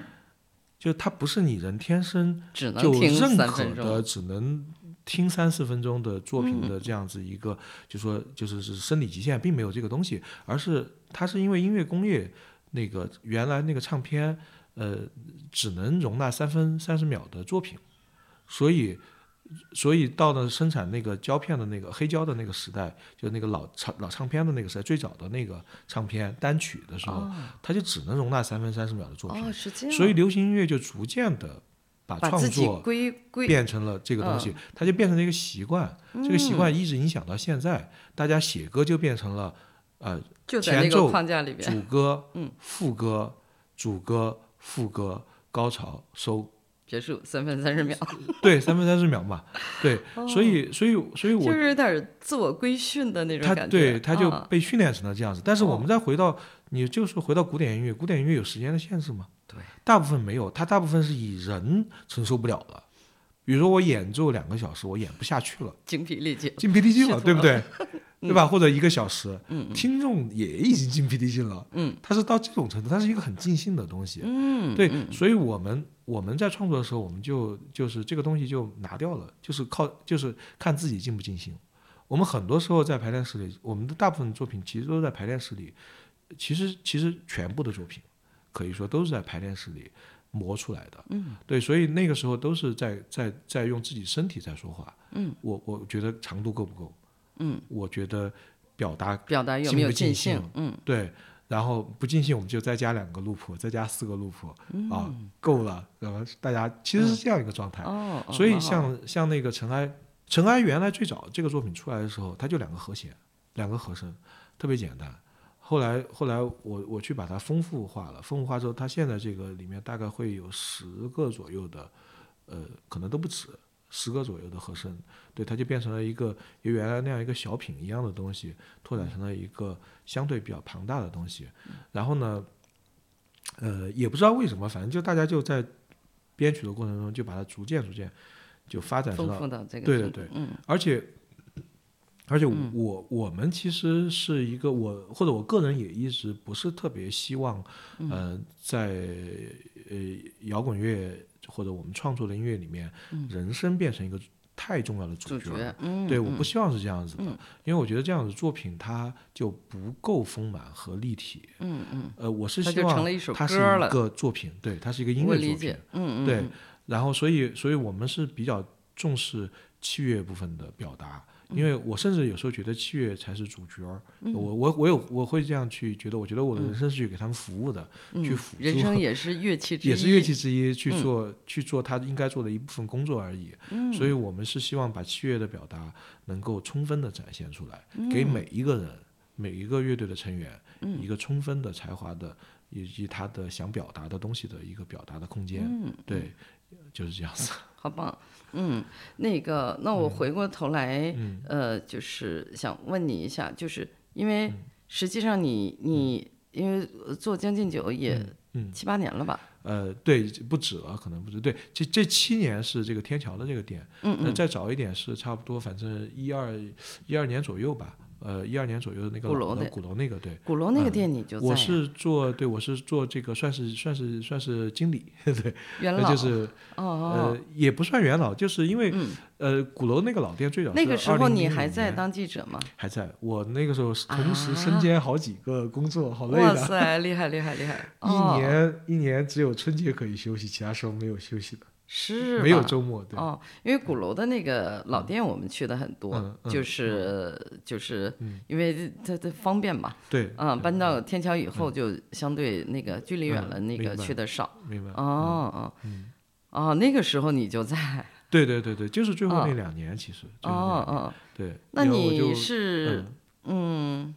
[SPEAKER 2] 就它不是你人天生
[SPEAKER 1] 只能
[SPEAKER 2] 就
[SPEAKER 1] 听
[SPEAKER 2] 认
[SPEAKER 1] 三
[SPEAKER 2] 可
[SPEAKER 1] 分钟嗯
[SPEAKER 2] 的，。只能听三四分钟的作品的这样子一个，就说就是是生理极限，并没有这个东西，而是它是因为音乐工业那个原来那个唱片，呃，只能容纳三分三十秒的作品，所以。所以到了生产那个胶片的那个黑胶的那个时代，就那个老唱老唱片的那个时代，最早的那个唱片单曲的时候，它就只能容纳三分三十秒的作品，
[SPEAKER 1] 哦，是这样。
[SPEAKER 2] 所以流行音乐就逐渐的把
[SPEAKER 1] 把
[SPEAKER 2] 创
[SPEAKER 1] 自己
[SPEAKER 2] 作
[SPEAKER 1] 归归
[SPEAKER 2] 变成了这个东
[SPEAKER 1] 嗯
[SPEAKER 2] 西，它就变成了一个习惯，这个习惯一直影响到现在，大家写歌就变成了呃
[SPEAKER 1] 就在那
[SPEAKER 2] 前
[SPEAKER 1] 个
[SPEAKER 2] 奏
[SPEAKER 1] 框架里边。
[SPEAKER 2] 主
[SPEAKER 1] <laughs>
[SPEAKER 2] 歌、
[SPEAKER 1] 嗯
[SPEAKER 2] 副歌、主歌、副歌、高潮、收，
[SPEAKER 1] 结束三分三十秒，
[SPEAKER 2] 对，三分三十秒嘛，
[SPEAKER 1] <laughs>
[SPEAKER 2] 对，所以所以所以我
[SPEAKER 1] 哦就是有点自我规训的那种
[SPEAKER 2] 他
[SPEAKER 1] 感觉。
[SPEAKER 2] 对他就
[SPEAKER 1] 啊
[SPEAKER 2] 被训练成了这样子。但是我
[SPEAKER 1] 哦
[SPEAKER 2] 们再回到，你就是回到古典音乐，古典音乐有时间的限制吗？
[SPEAKER 1] 对，
[SPEAKER 2] 大部分没有，它大部分是以人承受不了的。比如说我演奏两个小时，我演不下去了，
[SPEAKER 1] 精疲力尽。
[SPEAKER 2] 筋疲力尽
[SPEAKER 1] 是的
[SPEAKER 2] 了，啊
[SPEAKER 1] 嗯
[SPEAKER 2] 对不对？对吧？或者一个小时，听众也已经筋疲力尽了，
[SPEAKER 1] 嗯，
[SPEAKER 2] 它是到这种程度，它是一个很尽兴的东西，
[SPEAKER 1] 嗯，
[SPEAKER 2] 对，所以我们我们在创作的时候，我们就就是这个东西就拿掉了，就是靠就是看自己尽不尽兴。我们很多时候在排练室里，我们的大部分作品其实都在排练室里，其实其实全部的作品可以说都是在排练室里磨出来的。嗯，对，所以那个时候都是在在在用自己身体在说话。嗯，我我觉得长度够不够？嗯，我觉得表达
[SPEAKER 1] 嗯表达有没有
[SPEAKER 2] 尽不尽
[SPEAKER 1] 尽兴
[SPEAKER 2] 兴？
[SPEAKER 1] 嗯，
[SPEAKER 2] 对，然后不尽兴我们就再加两个路谱，再加四个路谱
[SPEAKER 1] 嗯
[SPEAKER 2] 啊，够了。然后大家其实是这样一个状态。
[SPEAKER 1] 哦，哦
[SPEAKER 2] 哎所以
[SPEAKER 1] 蛮好
[SPEAKER 2] 像像那个尘埃，尘埃原来最早这个作品出来的时候，它就两个和弦，两个和声，特别简单。后来后来我我去把它丰富化了，丰富化之后，它现在这个里面大概会有十个左右的，呃，可能都不止。十个左右的和声，对，它就变成了一个由原来那样一个小品一样的东西，拓展成了一个相对比较庞大的东西。
[SPEAKER 1] 嗯
[SPEAKER 2] 然后呢，呃，也不知道为什么，反正就大家就在编曲的过程中，就把它逐渐逐渐就发展成
[SPEAKER 1] 丰
[SPEAKER 2] 了
[SPEAKER 1] 富到这个
[SPEAKER 2] 对
[SPEAKER 1] 程
[SPEAKER 2] 对
[SPEAKER 1] 度
[SPEAKER 2] 对
[SPEAKER 1] 嗯
[SPEAKER 2] 而且而且我我们其实是一个我或者我个人也一直不是特别希望，
[SPEAKER 1] 嗯
[SPEAKER 2] 呃，在呃摇滚乐或者我们创作的音乐里面，人声变成一个太重要的主
[SPEAKER 1] 嗯主
[SPEAKER 2] 角。
[SPEAKER 1] 角，嗯，
[SPEAKER 2] 对，我不希望是这样子的，因为我觉得这样子作品它就不够丰满和立体。
[SPEAKER 1] 嗯嗯，
[SPEAKER 2] 呃，我是
[SPEAKER 1] 它
[SPEAKER 2] 希
[SPEAKER 1] 就成
[SPEAKER 2] 望
[SPEAKER 1] 了一首
[SPEAKER 2] 它是
[SPEAKER 1] 歌了
[SPEAKER 2] 一个作品，对，它是一个音
[SPEAKER 1] 我
[SPEAKER 2] 乐作
[SPEAKER 1] 理
[SPEAKER 2] 品
[SPEAKER 1] 解。，嗯嗯，
[SPEAKER 2] 对，然后所以所以我们是比较重视器乐部分的表达，
[SPEAKER 1] 嗯
[SPEAKER 2] 因为我甚至有时候觉得器乐才是主角儿。我我我有我会这样去觉得，我觉得我的人生是去给他们服务的，
[SPEAKER 1] 嗯
[SPEAKER 2] 去辅助
[SPEAKER 1] 人生也是乐器之一，嗯
[SPEAKER 2] 也是乐器之一去做、去做他应该做的一部分工作而已。所以我们是希望把器乐的表达能够充分的展现出来，
[SPEAKER 1] 嗯
[SPEAKER 2] 给每一个人、每一个乐队的成员、一个充分的才华的以及他的想表达的东西的一个表达的空间。
[SPEAKER 1] 嗯
[SPEAKER 2] 对，就是这样子。
[SPEAKER 1] 好棒，嗯，那个，那
[SPEAKER 2] 嗯
[SPEAKER 1] 我回过头来，呃，就是想问你一下，就是因为
[SPEAKER 2] 嗯
[SPEAKER 1] 实际上你你因为呃做《将进酒》也
[SPEAKER 2] 嗯
[SPEAKER 1] 七八年了吧？
[SPEAKER 2] 呃，对，不止了，可能不止。对，这这七年是这个天桥的这个店，嗯那再早一点是差不多，反正一二一二年左右吧，呃，一二年左右的那个
[SPEAKER 1] 鼓楼
[SPEAKER 2] 老的呃
[SPEAKER 1] 那
[SPEAKER 2] 鼓楼那个，对，
[SPEAKER 1] 鼓楼那个店你就在
[SPEAKER 2] 嗯我
[SPEAKER 1] 啊，
[SPEAKER 2] 是做对，我是做这个算是算是算是经理， <laughs> 对，
[SPEAKER 1] 元
[SPEAKER 2] 那
[SPEAKER 1] 老
[SPEAKER 2] 呃就是
[SPEAKER 1] 哦哦，嗯
[SPEAKER 2] 呃也不算元老，就是因为呃鼓楼那个老店最早
[SPEAKER 1] 那个
[SPEAKER 2] 是
[SPEAKER 1] 时候你
[SPEAKER 2] 2005
[SPEAKER 1] 还在
[SPEAKER 2] 年
[SPEAKER 1] 当记者吗？
[SPEAKER 2] 还在，我那个时候是同时身
[SPEAKER 1] 啊
[SPEAKER 2] 兼好几个工作，好累
[SPEAKER 1] 哇
[SPEAKER 2] 的，
[SPEAKER 1] 塞，厉害厉害厉害！
[SPEAKER 2] <laughs> 一
[SPEAKER 1] 哦、
[SPEAKER 2] 年一年只有春节可以休息，其他时候没有休息的，
[SPEAKER 1] 是
[SPEAKER 2] 没有
[SPEAKER 1] 吧
[SPEAKER 2] 周末，对，
[SPEAKER 1] 哦，因为鼓楼的那个老店我们去的很多，
[SPEAKER 2] 嗯嗯
[SPEAKER 1] 就是就是因为它它方便嘛，
[SPEAKER 2] 对，
[SPEAKER 1] 嗯，搬到天桥以后就相对那个距离远了，
[SPEAKER 2] 嗯
[SPEAKER 1] 那个
[SPEAKER 2] 明白嗯
[SPEAKER 1] 去的少。
[SPEAKER 2] 明白。
[SPEAKER 1] 哦哦哦，那个时候你
[SPEAKER 2] <laughs>
[SPEAKER 1] 就在
[SPEAKER 2] 对对对对，就是最后
[SPEAKER 1] 哦
[SPEAKER 2] 那两年，其实就是那
[SPEAKER 1] 哦
[SPEAKER 2] 两年
[SPEAKER 1] 哦，
[SPEAKER 2] 对。
[SPEAKER 1] 那
[SPEAKER 2] 然后我
[SPEAKER 1] 你
[SPEAKER 2] 就是
[SPEAKER 1] 嗯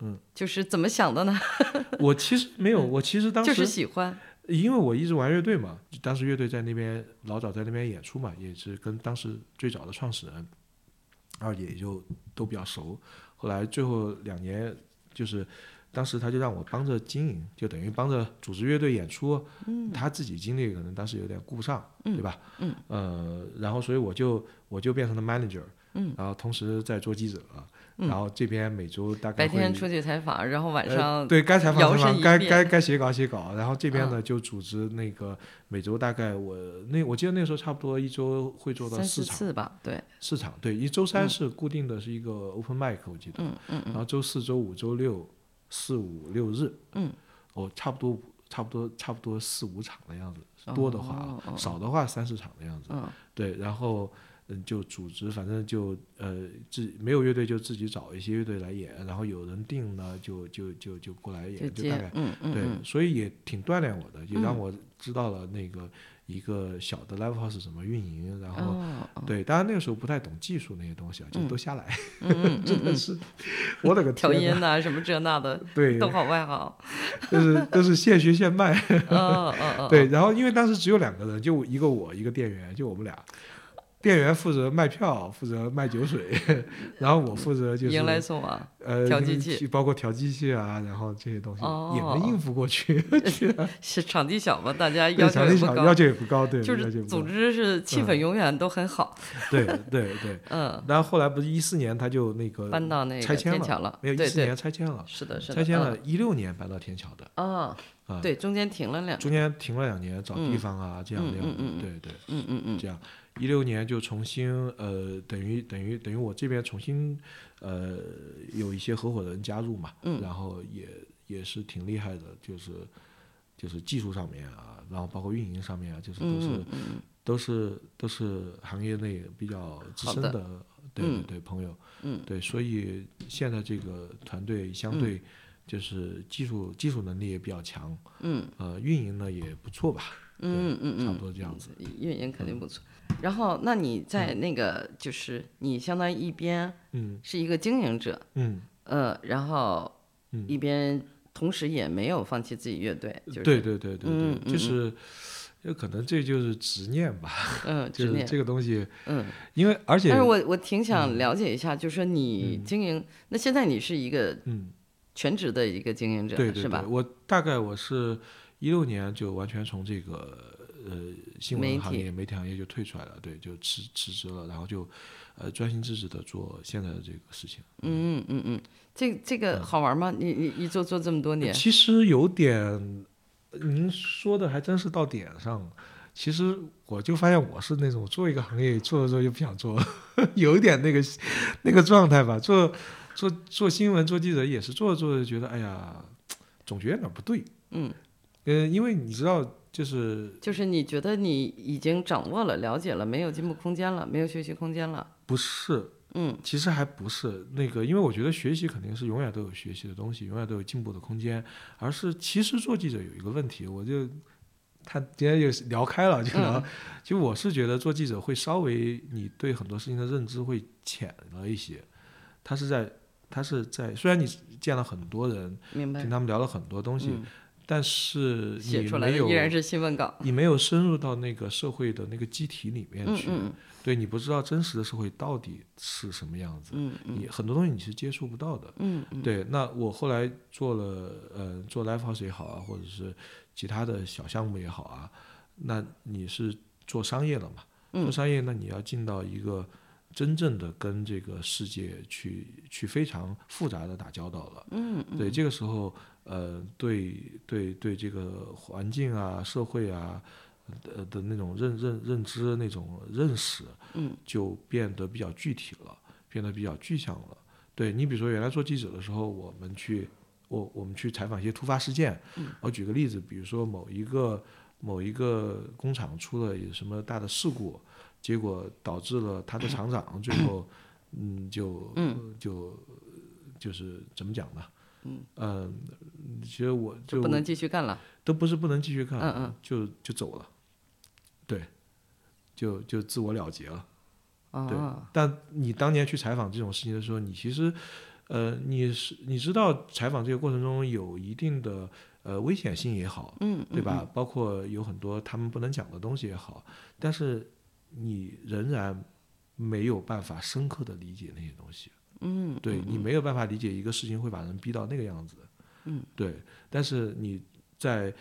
[SPEAKER 2] 嗯
[SPEAKER 1] 就是怎么想的呢？ <laughs>
[SPEAKER 2] 我其实没有，我其实当时
[SPEAKER 1] 嗯就是喜欢
[SPEAKER 2] 因为我一直玩乐队嘛，当时乐队在那边老早在那边演出嘛，也是跟当时最早的创始人，然后也就都比较熟。后来最后两年，就是当时他就让我帮着经营，就等于帮着组织乐队演出。他自己精力可能当时有点顾不上，对吧？嗯。呃，然后所以我就我就变成了 manager，嗯，然后同时在做记者，然后这边每周大概
[SPEAKER 1] 白
[SPEAKER 2] 会
[SPEAKER 1] 天出去采访，然后晚
[SPEAKER 2] 呃、
[SPEAKER 1] 上
[SPEAKER 2] 对该采
[SPEAKER 1] 摇
[SPEAKER 2] 访采
[SPEAKER 1] 身
[SPEAKER 2] 访，
[SPEAKER 1] 一
[SPEAKER 2] 该
[SPEAKER 1] 变嗯
[SPEAKER 2] 该该写稿写稿，然后这边呢、就组织那个每周大概我那我记得那时候差不多一周会做到
[SPEAKER 1] 三
[SPEAKER 2] 四
[SPEAKER 1] 四
[SPEAKER 2] 场
[SPEAKER 1] 次吧，对，
[SPEAKER 2] 四场，对，一周三是固定的是一个 open mic，我记得，
[SPEAKER 1] 嗯嗯
[SPEAKER 2] 然后周四周五周六四五六日，
[SPEAKER 1] 嗯，
[SPEAKER 2] 哦差不多差不多差不多四五场的样子，多的话啊、
[SPEAKER 1] 哦哦
[SPEAKER 2] 少的话三四场的样子，
[SPEAKER 1] 嗯
[SPEAKER 2] 对，然后嗯，就组织，反正就呃自没有乐队就自己找一些乐队来演，然后有人定呢就就就就过来
[SPEAKER 1] 就
[SPEAKER 2] 演，就
[SPEAKER 1] 接
[SPEAKER 2] 大概
[SPEAKER 1] 嗯嗯
[SPEAKER 2] 对，
[SPEAKER 1] 嗯
[SPEAKER 2] 所以也挺锻炼我的，也让我知道了那个一个小的 live house 怎么运营，然后。 <laughs>
[SPEAKER 1] 哦哦
[SPEAKER 2] 对，当然那个时候不太懂技术那些东西啊，就
[SPEAKER 1] 嗯
[SPEAKER 2] 都瞎来，
[SPEAKER 1] 嗯嗯
[SPEAKER 2] <laughs> 真的是，我的个
[SPEAKER 1] 调
[SPEAKER 2] 天
[SPEAKER 1] 音
[SPEAKER 2] 呐，
[SPEAKER 1] 呐、什么这那的
[SPEAKER 2] <laughs> 对，
[SPEAKER 1] 都好外
[SPEAKER 2] <laughs>
[SPEAKER 1] 行，
[SPEAKER 2] 都是都是现学现卖，
[SPEAKER 1] 嗯嗯嗯，
[SPEAKER 2] 对，然后因为当时只有两个人，就一个我一个店员，就我们俩，店员负责卖票，负责卖酒水，然后我负责就是
[SPEAKER 1] 迎来送往，
[SPEAKER 2] 呃
[SPEAKER 1] 调机器，
[SPEAKER 2] 包括调机器啊，然后这些东西
[SPEAKER 1] 哦
[SPEAKER 2] 也能应付
[SPEAKER 1] <laughs>
[SPEAKER 2] 过去。
[SPEAKER 1] 是场地小嘛，大家要
[SPEAKER 2] 对，
[SPEAKER 1] 求
[SPEAKER 2] 场
[SPEAKER 1] 也
[SPEAKER 2] 地
[SPEAKER 1] 不
[SPEAKER 2] 小
[SPEAKER 1] 高
[SPEAKER 2] 要，求也不高，对，
[SPEAKER 1] 就
[SPEAKER 2] 要求也
[SPEAKER 1] 是
[SPEAKER 2] 不
[SPEAKER 1] 总
[SPEAKER 2] 高
[SPEAKER 1] 之是
[SPEAKER 2] 嗯
[SPEAKER 1] 气氛永远都很好。
[SPEAKER 2] 对对对。
[SPEAKER 1] 嗯，
[SPEAKER 2] 然后后来不是一四年他就那个
[SPEAKER 1] 搬到那
[SPEAKER 2] 拆
[SPEAKER 1] 个
[SPEAKER 2] 迁
[SPEAKER 1] 天
[SPEAKER 2] 了，
[SPEAKER 1] 桥了，
[SPEAKER 2] 没有
[SPEAKER 1] 对
[SPEAKER 2] 一四
[SPEAKER 1] 对，
[SPEAKER 2] 年拆迁了，
[SPEAKER 1] 是的，是的，
[SPEAKER 2] 拆迁
[SPEAKER 1] 嗯
[SPEAKER 2] 了，一六年搬到天桥的，
[SPEAKER 1] 哦，
[SPEAKER 2] 啊
[SPEAKER 1] 对，中间停了两，
[SPEAKER 2] 中间停了两年找地
[SPEAKER 1] 嗯
[SPEAKER 2] 方啊，这样
[SPEAKER 1] 嗯
[SPEAKER 2] 那样的，
[SPEAKER 1] 嗯嗯
[SPEAKER 2] 对对。
[SPEAKER 1] 嗯嗯嗯，
[SPEAKER 2] 这样，一六年就重新呃，等于等于等于我这边重新呃有一些合伙人加入嘛，
[SPEAKER 1] 嗯
[SPEAKER 2] 然后也也是挺厉害的，就是就是技术上面啊，然后包括运营上面啊，就是都是、
[SPEAKER 1] 嗯嗯嗯
[SPEAKER 2] 都是都是行业内比较资
[SPEAKER 1] 好
[SPEAKER 2] 深
[SPEAKER 1] 的
[SPEAKER 2] 的，对对
[SPEAKER 1] 嗯
[SPEAKER 2] 对、朋友，
[SPEAKER 1] 嗯
[SPEAKER 2] 对，所以现在这个团队
[SPEAKER 1] 嗯
[SPEAKER 2] 相对就是技术、技术能力也比较强，
[SPEAKER 1] 嗯
[SPEAKER 2] 呃，运营呢也不错吧，
[SPEAKER 1] 嗯嗯嗯，
[SPEAKER 2] 差不多这样子。嗯
[SPEAKER 1] 运营肯定不错。然后，那你在那个就是你相当于一边
[SPEAKER 2] 嗯
[SPEAKER 1] 是一个经营者，
[SPEAKER 2] 嗯，
[SPEAKER 1] 呃，然后
[SPEAKER 2] 嗯
[SPEAKER 1] 一边同时也没有放弃自己乐队，就是
[SPEAKER 2] 对对对对对，
[SPEAKER 1] 嗯嗯
[SPEAKER 2] 就是，有可能这就是执念吧，
[SPEAKER 1] 嗯，
[SPEAKER 2] 就
[SPEAKER 1] 执
[SPEAKER 2] 是
[SPEAKER 1] 念，
[SPEAKER 2] 这个嗯东西，
[SPEAKER 1] 嗯。
[SPEAKER 2] 因为而且
[SPEAKER 1] 但是我我挺想了解一下，就是说你经营，那现在你是一个
[SPEAKER 2] 嗯，
[SPEAKER 1] 全职的一个经营者，
[SPEAKER 2] 对对
[SPEAKER 1] 是
[SPEAKER 2] 对，
[SPEAKER 1] 吧？
[SPEAKER 2] 我大概我是一六年就完全从这个呃新
[SPEAKER 1] 媒
[SPEAKER 2] 闻行
[SPEAKER 1] 体
[SPEAKER 2] 业、媒体行业就退出来了，对，就辞辞职了，然后就呃专心致志的做现在的这个事情。
[SPEAKER 1] 嗯嗯嗯，这这个好玩吗？你你你做做这么多年，
[SPEAKER 2] 其实有点，您说的还真是到点上了。其实我就发现我是那种做一个行业做着做着就不想做了， <laughs> 有一点那个那个状态吧。做做做新闻做记者也是做着做着觉得哎呀，总觉得哪儿不对。
[SPEAKER 1] 嗯
[SPEAKER 2] 嗯、因为你知道，就是
[SPEAKER 1] 就是你觉得你已经掌握了、了解了，没有进步空间了，没有学习空间了，
[SPEAKER 2] 不是
[SPEAKER 1] 嗯
[SPEAKER 2] 其实还不是那个，因为我觉得学习肯定是永远都有学习的东西，永远都有进步的空间。而是其实做记者有一个问题，我就他今天也聊开了，
[SPEAKER 1] 嗯
[SPEAKER 2] 就聊。就我是觉得做记者会稍微你对很多事情的认知会浅了一些。他是在他是在虽然你见了很多人，
[SPEAKER 1] 明白
[SPEAKER 2] 听。他们聊了很多东西，
[SPEAKER 1] 嗯
[SPEAKER 2] 但是
[SPEAKER 1] 写
[SPEAKER 2] 你
[SPEAKER 1] 出来
[SPEAKER 2] 没
[SPEAKER 1] 的
[SPEAKER 2] 有
[SPEAKER 1] 依然是新闻稿。
[SPEAKER 2] 你没有深入到那个社会的那个机体里面
[SPEAKER 1] 嗯
[SPEAKER 2] 去，
[SPEAKER 1] 嗯
[SPEAKER 2] 对你不知道真实的社会到底是什么样子。
[SPEAKER 1] 嗯嗯
[SPEAKER 2] 你很多东西你是接触不到的。
[SPEAKER 1] 嗯嗯，
[SPEAKER 2] 对，那我后来做了，呃，做 live house 也好啊，或者是其他的小项目也好啊，那你是做商业了嘛？做
[SPEAKER 1] 嗯
[SPEAKER 2] 商业，那你要进到一个真正的跟这个世界去去非常复杂的打交道了。
[SPEAKER 1] 嗯嗯，
[SPEAKER 2] 对，这个时候，呃，对对对，这个环境啊、社会啊，呃的那种认认认知、那种认识，
[SPEAKER 1] 嗯，
[SPEAKER 2] 就变得比较具体了，变得比较具象了。对你，比如说原来做记者的时候，我们去我我们去采访一些突发事件，
[SPEAKER 1] 嗯
[SPEAKER 2] 我举个例子，比如说某一个某一个工厂出了有什么大的事故，结果导致了他的厂长最后，嗯，就就就是怎么讲呢？嗯，呃，其实我
[SPEAKER 1] 就
[SPEAKER 2] 就
[SPEAKER 1] 不能继续干了。
[SPEAKER 2] 都不是不能继续看，
[SPEAKER 1] 嗯嗯
[SPEAKER 2] 就就走了，对，就就自我了结了。对
[SPEAKER 1] 哦，
[SPEAKER 2] 但你当年去采访这种事情的时候，你其实，呃，你是你知道采访这个过程中有一定的呃危险性也好，
[SPEAKER 1] 嗯，
[SPEAKER 2] 对吧？包括有很多他们不能讲的东西也好，但是你仍然没有办法深刻的理解那些东西。
[SPEAKER 1] 嗯，
[SPEAKER 2] 对
[SPEAKER 1] 嗯
[SPEAKER 2] 你没有办法理解一个事情会把人逼到那个样子。
[SPEAKER 1] 嗯，
[SPEAKER 2] 对。但是你在，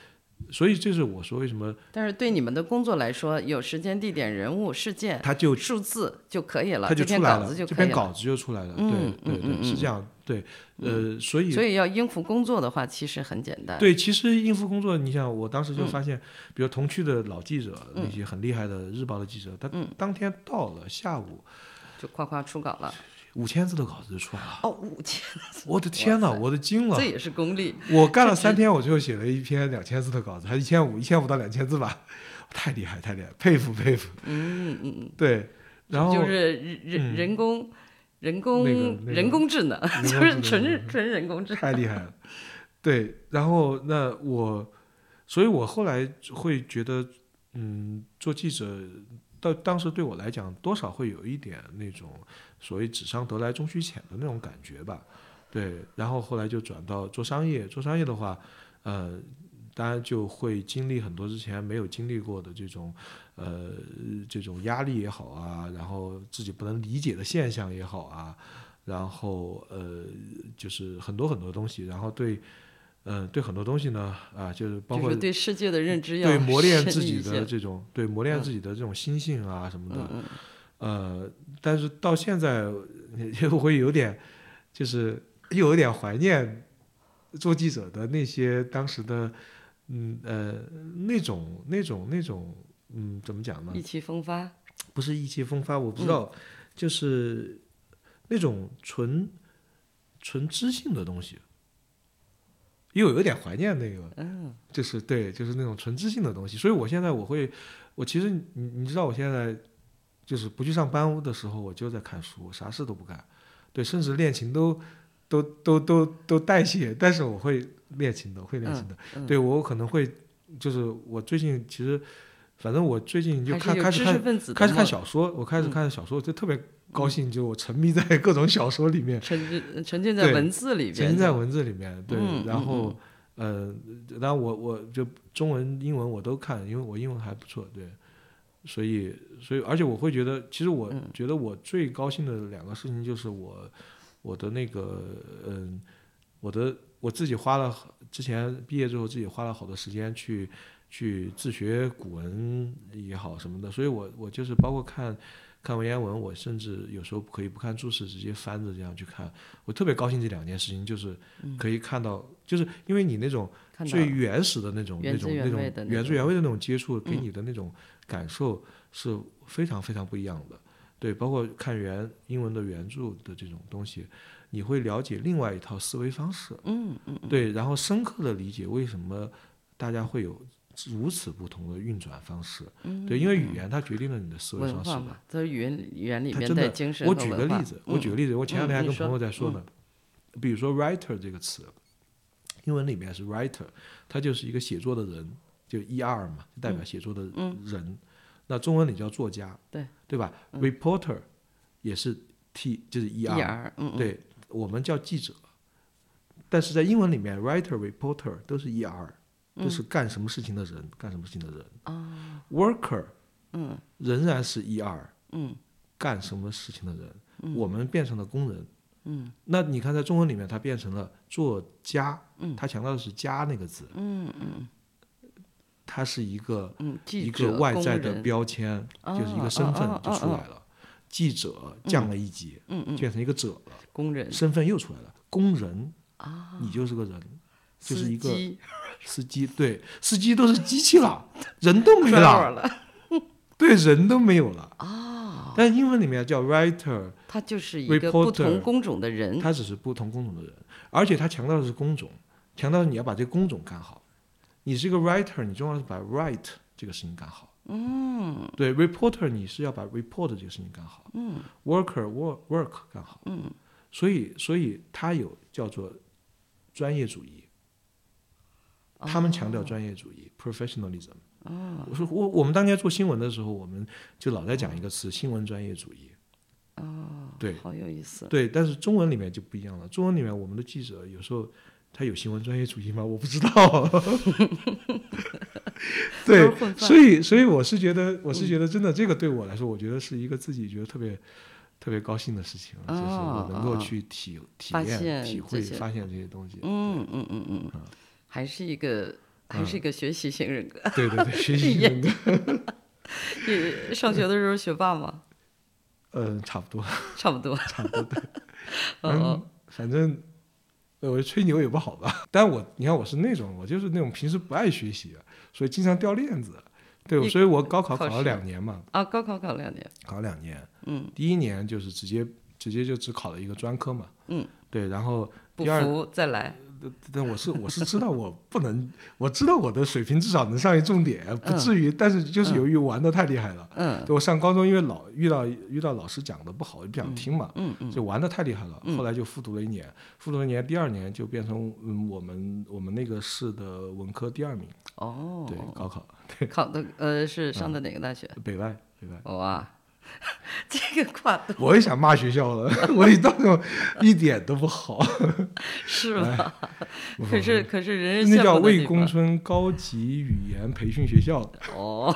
[SPEAKER 2] 所以这是我说为什么
[SPEAKER 1] 但是对你们的工作来说，有时间、地点、人物、事件、
[SPEAKER 2] 他就
[SPEAKER 1] 数字就可以了，
[SPEAKER 2] 他就
[SPEAKER 1] 这篇
[SPEAKER 2] 出来
[SPEAKER 1] 稿
[SPEAKER 2] 了，
[SPEAKER 1] 子就
[SPEAKER 2] 这
[SPEAKER 1] 可以
[SPEAKER 2] 篇
[SPEAKER 1] 了。
[SPEAKER 2] 稿子就出来了。
[SPEAKER 1] 嗯
[SPEAKER 2] 对
[SPEAKER 1] 嗯
[SPEAKER 2] 对对，
[SPEAKER 1] 嗯
[SPEAKER 2] 是
[SPEAKER 1] 嗯
[SPEAKER 2] 这样。对，呃，所以
[SPEAKER 1] 所以要应付工作的话，其实很简单。
[SPEAKER 2] 对，其实应付工作，你想，我当
[SPEAKER 1] 嗯
[SPEAKER 2] 时就发现，比如同区的老记者，那些很厉害的日报的记者，他
[SPEAKER 1] 嗯
[SPEAKER 2] 当天到了下午，
[SPEAKER 1] 就夸夸出稿了。
[SPEAKER 2] 五千字的稿子就出来了。
[SPEAKER 1] 哦，五千，
[SPEAKER 2] 我的天呐，
[SPEAKER 1] 哇塞
[SPEAKER 2] 我的惊了
[SPEAKER 1] 这！也是功力。
[SPEAKER 2] 我干了三天，我最后写了一篇两千字的稿子，还一千五，一千五到两千字吧， <laughs> 太厉害，太厉害，佩服佩服。
[SPEAKER 1] 嗯嗯嗯，
[SPEAKER 2] 对，然后
[SPEAKER 1] 就是人人人工。人工、
[SPEAKER 2] 哦嗯那个那个
[SPEAKER 1] 人工智能，
[SPEAKER 2] 工智
[SPEAKER 1] 就
[SPEAKER 2] 能
[SPEAKER 1] 是纯是纯人工智能。
[SPEAKER 2] 太厉害了。对，然后那我，所以我后来会觉得，嗯，做记者到当时对我来讲，多少会有一点那种所谓“纸上得来终须浅”的那种感觉吧。对，然后后来就转到做商业，做商业的话，呃，当然就会经历很多之前没有经历过的这种，呃，这种压力也好啊，然后自己不能理解的现象也好啊，然后呃，就是很多很多东西，然后对，呃，对很多东西呢，啊，就是包
[SPEAKER 1] 就
[SPEAKER 2] 括
[SPEAKER 1] 是对世界的认知 <laughs> 要
[SPEAKER 2] 对磨练
[SPEAKER 1] 深
[SPEAKER 2] 自
[SPEAKER 1] 一
[SPEAKER 2] 己
[SPEAKER 1] 些
[SPEAKER 2] 的这种，对磨练
[SPEAKER 1] 嗯
[SPEAKER 2] 自己的这种心性啊什么的，
[SPEAKER 1] 嗯嗯
[SPEAKER 2] 呃，但是到现在 <laughs> 又会有点，就是又有点怀念做记者的那些当时的，嗯呃那种那种那种，嗯怎么讲呢
[SPEAKER 1] 意？气风发，
[SPEAKER 2] 不是意气风发，我不知
[SPEAKER 1] 嗯
[SPEAKER 2] 道，就是那种纯纯知性的东西，又有点怀念那个，
[SPEAKER 1] 嗯
[SPEAKER 2] 就是对，就是那种纯知性的东西。所以我现在我会，我其实你你知道，我现在就是不去上班的时候，我就在看书，我啥事都不干，对，甚至练琴都都都都都代谢，但是我会练琴的，会练琴的。
[SPEAKER 1] 嗯
[SPEAKER 2] 对我可能会，就是我最近其实，反正我最近就
[SPEAKER 1] 还
[SPEAKER 2] 看
[SPEAKER 1] 是有
[SPEAKER 2] 开始
[SPEAKER 1] 知识
[SPEAKER 2] 看
[SPEAKER 1] 分子的
[SPEAKER 2] 开始看
[SPEAKER 1] 梦
[SPEAKER 2] 小说，我开始
[SPEAKER 1] 嗯
[SPEAKER 2] 看小说，就特别高兴，就我沉迷在各种小说里面。
[SPEAKER 1] 沉浸沉浸在
[SPEAKER 2] 对
[SPEAKER 1] 文字里边，
[SPEAKER 2] 沉浸在文字里面，对，
[SPEAKER 1] 嗯
[SPEAKER 2] 然
[SPEAKER 1] 嗯
[SPEAKER 2] 后，呃，当然我我就中文、英文我都看，因为我英文还不错，对，所以所以而且我会觉得，其实我
[SPEAKER 1] 嗯
[SPEAKER 2] 觉得我最高兴的两个事情就是我我的那个嗯、我的我自己花了之前毕业之后自己花了好多时间去去自学古文也好什么的，所以我我就是包括看看文言文，我甚至有时候可以不看注释，直接翻着这样去看。我特别高兴这两件事情，就是可以看到，就是因为你那种
[SPEAKER 1] 嗯看到
[SPEAKER 2] 最原始的那种、
[SPEAKER 1] 原
[SPEAKER 2] 那
[SPEAKER 1] 汁
[SPEAKER 2] 种、
[SPEAKER 1] 原
[SPEAKER 2] 那种
[SPEAKER 1] 味的那
[SPEAKER 2] 原汁
[SPEAKER 1] 种
[SPEAKER 2] 原味的那种接触，给
[SPEAKER 1] 嗯
[SPEAKER 2] 你的那种感受是非常非常不一样的。对，包括看原英文的原著的这种东西，你会了解另外一套思维方式。
[SPEAKER 1] 嗯嗯
[SPEAKER 2] 对，然后深刻的理解为什么大家会有如此不同的运转方式。
[SPEAKER 1] 嗯，
[SPEAKER 2] 对，因为语言它决定了你的思维
[SPEAKER 1] 文
[SPEAKER 2] 方式
[SPEAKER 1] 化
[SPEAKER 2] 嘛
[SPEAKER 1] 嘛。，都是语言语言里
[SPEAKER 2] 它
[SPEAKER 1] 面
[SPEAKER 2] 真的
[SPEAKER 1] 带精神
[SPEAKER 2] 我
[SPEAKER 1] 和
[SPEAKER 2] 举个
[SPEAKER 1] 文化嗯
[SPEAKER 2] 例子，我举个例子，我前两天还跟朋友在说呢，嗯比如说 writer 这个词，英文里面是 writer，它就是一个写作的人，就 er 嘛，就代表写作的人。那中文里叫作家，
[SPEAKER 1] 嗯对嗯
[SPEAKER 2] 对吧、r e p o r t e r 也是 t 就是
[SPEAKER 1] 一
[SPEAKER 2] er，
[SPEAKER 1] 儿，嗯嗯，
[SPEAKER 2] 对我们叫记者，但是在英文里面，writer、reporter 都是 er，都
[SPEAKER 1] 嗯
[SPEAKER 2] 是干什么事情的人，干什么事情的人。worker，嗯，仍然是 er，
[SPEAKER 1] 嗯，
[SPEAKER 2] 干什么事情的人，我们变成了工人。嗯，那你看，在中文里面，它变成了作家，嗯，它强调的是“家”那个字，嗯嗯，它是一个
[SPEAKER 1] 嗯，记
[SPEAKER 2] 一
[SPEAKER 1] 者
[SPEAKER 2] 个外在
[SPEAKER 1] 工
[SPEAKER 2] 的
[SPEAKER 1] 人
[SPEAKER 2] 标签，就是一
[SPEAKER 1] 哦
[SPEAKER 2] 个身份
[SPEAKER 1] 哦
[SPEAKER 2] 就
[SPEAKER 1] 哦
[SPEAKER 2] 出来了，记者降了一级，
[SPEAKER 1] 嗯嗯，
[SPEAKER 2] 变成一个者了。
[SPEAKER 1] 工人
[SPEAKER 2] 身份又出来了，工人啊，你就是个人，就是
[SPEAKER 1] 司
[SPEAKER 2] 一个
[SPEAKER 1] 机
[SPEAKER 2] 司机，对，司机都是机器 <laughs> 了，人都没
[SPEAKER 1] driver
[SPEAKER 2] 了，
[SPEAKER 1] 了，
[SPEAKER 2] 对，人都没有了啊。但英文里面叫 writer，
[SPEAKER 1] 他就是一个不
[SPEAKER 2] reporter
[SPEAKER 1] 同工种的人，
[SPEAKER 2] 它只是不同工种的人，而且它强调的是工种，强调你要把这个工种干好。你是个 writer，你重要的是把 write 这个事情干好。嗯，对，reporter 你是要把 report 这个事情干好。嗯，worker work work 干好。嗯，所以所以它有叫做专业主义，他们强调专业主义、professionalism。哦，我说我我们当年做新闻的时候，我们就老在讲一个词，新闻专业主义。哦，对，
[SPEAKER 1] 好有意思，
[SPEAKER 2] 对，但是中文里面就不一样了。中文里面我们的记者有时候他有新闻专业主义吗？我不知道。 <laughs> 对
[SPEAKER 1] 都是，混饭
[SPEAKER 2] 所以所以我是觉得，我
[SPEAKER 1] 嗯
[SPEAKER 2] 是觉得真的，这个对我来说，我觉得是一个自己觉得特别特别高兴的事情，就是我能够
[SPEAKER 1] 哦哦
[SPEAKER 2] 去体体
[SPEAKER 1] 发
[SPEAKER 2] 验、
[SPEAKER 1] 现
[SPEAKER 2] 体
[SPEAKER 1] 这
[SPEAKER 2] 会、
[SPEAKER 1] 些
[SPEAKER 2] 发现这些东西。
[SPEAKER 1] 嗯嗯嗯嗯嗯，还是一个还
[SPEAKER 2] 嗯
[SPEAKER 1] 是一个学习型人格， <laughs>
[SPEAKER 2] 对对对，学习
[SPEAKER 1] 也
[SPEAKER 2] 能力，
[SPEAKER 1] 你上学的时候学霸吗？
[SPEAKER 2] 嗯，差不多，
[SPEAKER 1] 差不多，
[SPEAKER 2] 差不多。对，
[SPEAKER 1] 嗯嗯
[SPEAKER 2] 嗯，反正。呃我吹牛也不好吧，但我你看我是那种，我就是那种平时不爱学习，所以经常掉链子。对，
[SPEAKER 1] 你
[SPEAKER 2] 所以我高考考
[SPEAKER 1] 考
[SPEAKER 2] 了
[SPEAKER 1] 试
[SPEAKER 2] 两年嘛，
[SPEAKER 1] 啊，高考考两年，
[SPEAKER 2] 考了两年。
[SPEAKER 1] 嗯，
[SPEAKER 2] 第一年就是直接直接就只考了一个专科嘛。
[SPEAKER 1] 嗯，
[SPEAKER 2] 对，然后
[SPEAKER 1] 不
[SPEAKER 2] 第二
[SPEAKER 1] 服再来，
[SPEAKER 2] 但但我是我是知道我不能，我知道我的水平至少能上一重点，不至于。但是就是由于玩的太厉害了，
[SPEAKER 1] 嗯
[SPEAKER 2] 对我上高中因为老遇到遇到老师讲的不好，就不想听嘛，
[SPEAKER 1] 嗯嗯
[SPEAKER 2] 就玩的太厉害了。后来就复读了一年，复读了一年，第二年就变成嗯我们我们那个市的文科第二名，对
[SPEAKER 1] 哦，
[SPEAKER 2] 高考嗯
[SPEAKER 1] 考的呃是上的哪个大学？
[SPEAKER 2] 北外北外。
[SPEAKER 1] 哇， <laughs> 这个跨度
[SPEAKER 2] 我也想骂学校了， <laughs> 我也到时候一点都不好。
[SPEAKER 1] 是
[SPEAKER 2] 哎
[SPEAKER 1] 吗？可是可是人人
[SPEAKER 2] 那
[SPEAKER 1] 羡
[SPEAKER 2] 叫
[SPEAKER 1] 慕的
[SPEAKER 2] 魏
[SPEAKER 1] 地
[SPEAKER 2] 公
[SPEAKER 1] 方
[SPEAKER 2] 村高级语言培训学校，
[SPEAKER 1] 哦，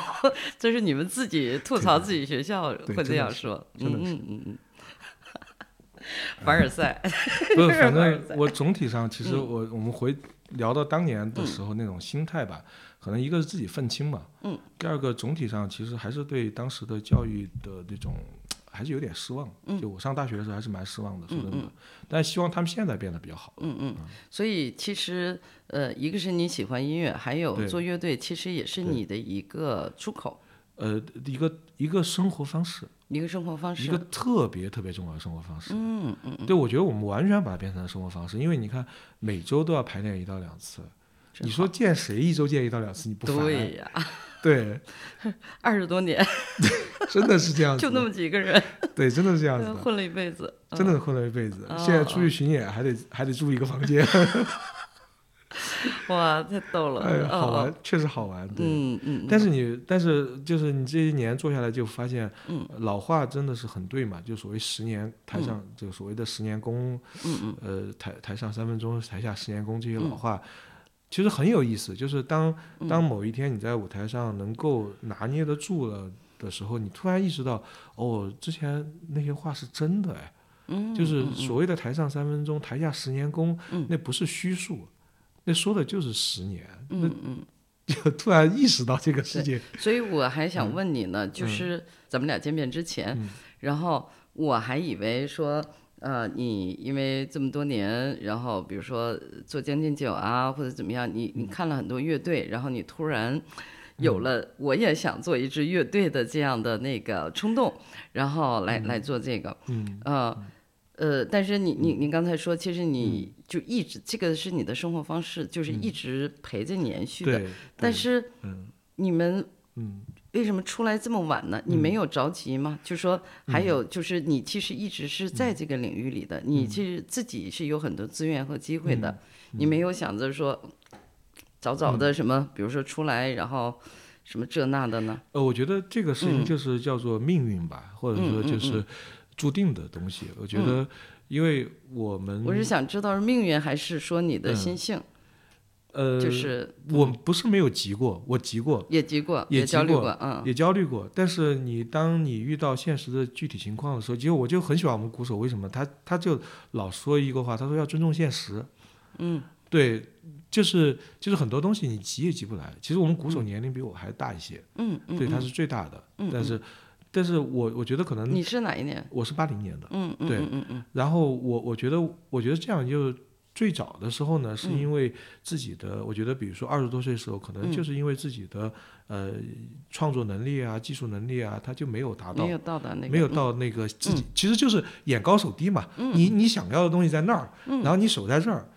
[SPEAKER 1] 这是你们自己吐槽自己学校会
[SPEAKER 2] 对真
[SPEAKER 1] 这
[SPEAKER 2] 的
[SPEAKER 1] 样
[SPEAKER 2] 是
[SPEAKER 1] 说，
[SPEAKER 2] 真的
[SPEAKER 1] 嗯嗯嗯 <laughs> 嗯。凡尔赛，
[SPEAKER 2] <laughs> 不
[SPEAKER 1] <laughs>
[SPEAKER 2] 是，反正我总体上其
[SPEAKER 1] 嗯
[SPEAKER 2] 实我我们回聊到当年的时候那种心态吧，可能一个是自己愤青嘛，
[SPEAKER 1] 嗯，
[SPEAKER 2] 第二个总体上其实还是对当时的教育的这种还是有点失望，
[SPEAKER 1] 嗯
[SPEAKER 2] 就我上大学的时候还是蛮失望的，说真的，
[SPEAKER 1] 嗯嗯
[SPEAKER 2] 但希望他们现在变得比较好，
[SPEAKER 1] 嗯嗯，所以其实呃，一个是你喜欢音乐，还有
[SPEAKER 2] 对
[SPEAKER 1] 做乐队，其实也是
[SPEAKER 2] 对
[SPEAKER 1] 你的一个出口，
[SPEAKER 2] 呃，一个一个生活方式，
[SPEAKER 1] 一个生活方
[SPEAKER 2] 一
[SPEAKER 1] 式
[SPEAKER 2] 个。特别特别重要的生活方式，
[SPEAKER 1] 嗯嗯，
[SPEAKER 2] 对，我觉得我们完全把它变成了生活方式，因为你看每周都要排练一到两次，
[SPEAKER 1] 真
[SPEAKER 2] 你说见谁一周见一到两次你不烦？
[SPEAKER 1] 对呀，
[SPEAKER 2] 对
[SPEAKER 1] 二十多年
[SPEAKER 2] 真的是这样
[SPEAKER 1] <laughs>
[SPEAKER 2] 子
[SPEAKER 1] 就
[SPEAKER 2] 的，
[SPEAKER 1] 那么几个人
[SPEAKER 2] 对，真的是这样子
[SPEAKER 1] <laughs>
[SPEAKER 2] 的，
[SPEAKER 1] 混了一辈子，嗯
[SPEAKER 2] 真的是混了一辈子。
[SPEAKER 1] 哦
[SPEAKER 2] 现在出去巡演还得还得住一个房间，
[SPEAKER 1] 哇，太逗了，
[SPEAKER 2] 哎，好
[SPEAKER 1] 哦，
[SPEAKER 2] 玩，确实好玩。对，
[SPEAKER 1] 嗯嗯，
[SPEAKER 2] 但是你，但是就是你这一年做下来就发现，
[SPEAKER 1] 嗯
[SPEAKER 2] 老话真的是很对嘛，就所谓十年台上，就所谓的十年功，
[SPEAKER 1] 嗯
[SPEAKER 2] 呃，台台上三分钟，台下十年功这些老话。其实很有意思，就是当
[SPEAKER 1] 嗯
[SPEAKER 2] 当某一天你在舞台上能够拿捏得住了的时候，你突然意识到，哦，之前那些话是真的哎，
[SPEAKER 1] 嗯，
[SPEAKER 2] 就是所谓的台上三分钟，台下十年功，那不是虚数，那说的就是十年。
[SPEAKER 1] 嗯嗯嗯。
[SPEAKER 2] 那就突然意识到这个事情，
[SPEAKER 1] 所以我还想
[SPEAKER 2] 嗯
[SPEAKER 1] 问你呢，就是咱们俩见面之前，然后我还以为说，呃，你因为这么多年，然后比如说呃做《将进酒》啊，或者怎么样，你
[SPEAKER 2] 嗯
[SPEAKER 1] 你看了很多乐队，然后你突然。有了，我也想做一支乐队的这样的那个冲动，然后来来做这个，
[SPEAKER 2] 嗯，嗯
[SPEAKER 1] 呃，呃，但是你你你刚才说，其实你就一直这个是你的生活方式，就是一直陪着你延续的。
[SPEAKER 2] 对，
[SPEAKER 1] 但
[SPEAKER 2] 对，
[SPEAKER 1] 是
[SPEAKER 2] 嗯
[SPEAKER 1] 你们
[SPEAKER 2] 嗯，
[SPEAKER 1] 为什么出来这么晚呢？你没有着急吗？就说
[SPEAKER 2] 嗯
[SPEAKER 1] 还有就是你其实一直是在这个领域里的，
[SPEAKER 2] 嗯
[SPEAKER 1] 你其实自己是有很多资源和机会的，你没有想着说早早
[SPEAKER 2] 嗯
[SPEAKER 1] 的什么，比如说出来然后什么这那的呢？
[SPEAKER 2] 呃，我觉得这个事
[SPEAKER 1] 嗯
[SPEAKER 2] 情就是叫做命运吧，或者说就是注定的东西。我觉得，因为我们，
[SPEAKER 1] 嗯我是想知道是命运还是说你的心性，
[SPEAKER 2] 嗯呃，
[SPEAKER 1] 就是
[SPEAKER 2] 我不是没有急过，我急过，
[SPEAKER 1] 也急过，
[SPEAKER 2] 也急
[SPEAKER 1] 焦虑
[SPEAKER 2] 过
[SPEAKER 1] 嗯，
[SPEAKER 2] 也焦虑过，但是你当你遇到现实的具体情况的时候，其实我就很喜欢我们鼓手，为什么？他他就老说一个话，他说要尊重现实。
[SPEAKER 1] 嗯，
[SPEAKER 2] 对，就是就是很多东西你急也急不来。其实我们鼓手年龄比我还大一些，
[SPEAKER 1] 嗯嗯，
[SPEAKER 2] 对，他
[SPEAKER 1] 嗯
[SPEAKER 2] 是最大的，但是但是我我觉得可能
[SPEAKER 1] 你是哪一年？
[SPEAKER 2] 我是八零年的，
[SPEAKER 1] 嗯嗯
[SPEAKER 2] 对
[SPEAKER 1] 嗯嗯嗯，
[SPEAKER 2] 然后我我觉得我觉得这样就最早的时候呢，
[SPEAKER 1] 嗯
[SPEAKER 2] 是因为自己的，我觉得比如说二十多岁的时候，可能就是因为自己的、呃创作能力啊、技术能力啊，他就没有达到
[SPEAKER 1] 没。有到达那个，嗯
[SPEAKER 2] 没有到那个自己，其实就是眼高手低嘛。你你想要的东西在那儿，
[SPEAKER 1] 嗯
[SPEAKER 2] 然后你手在这儿，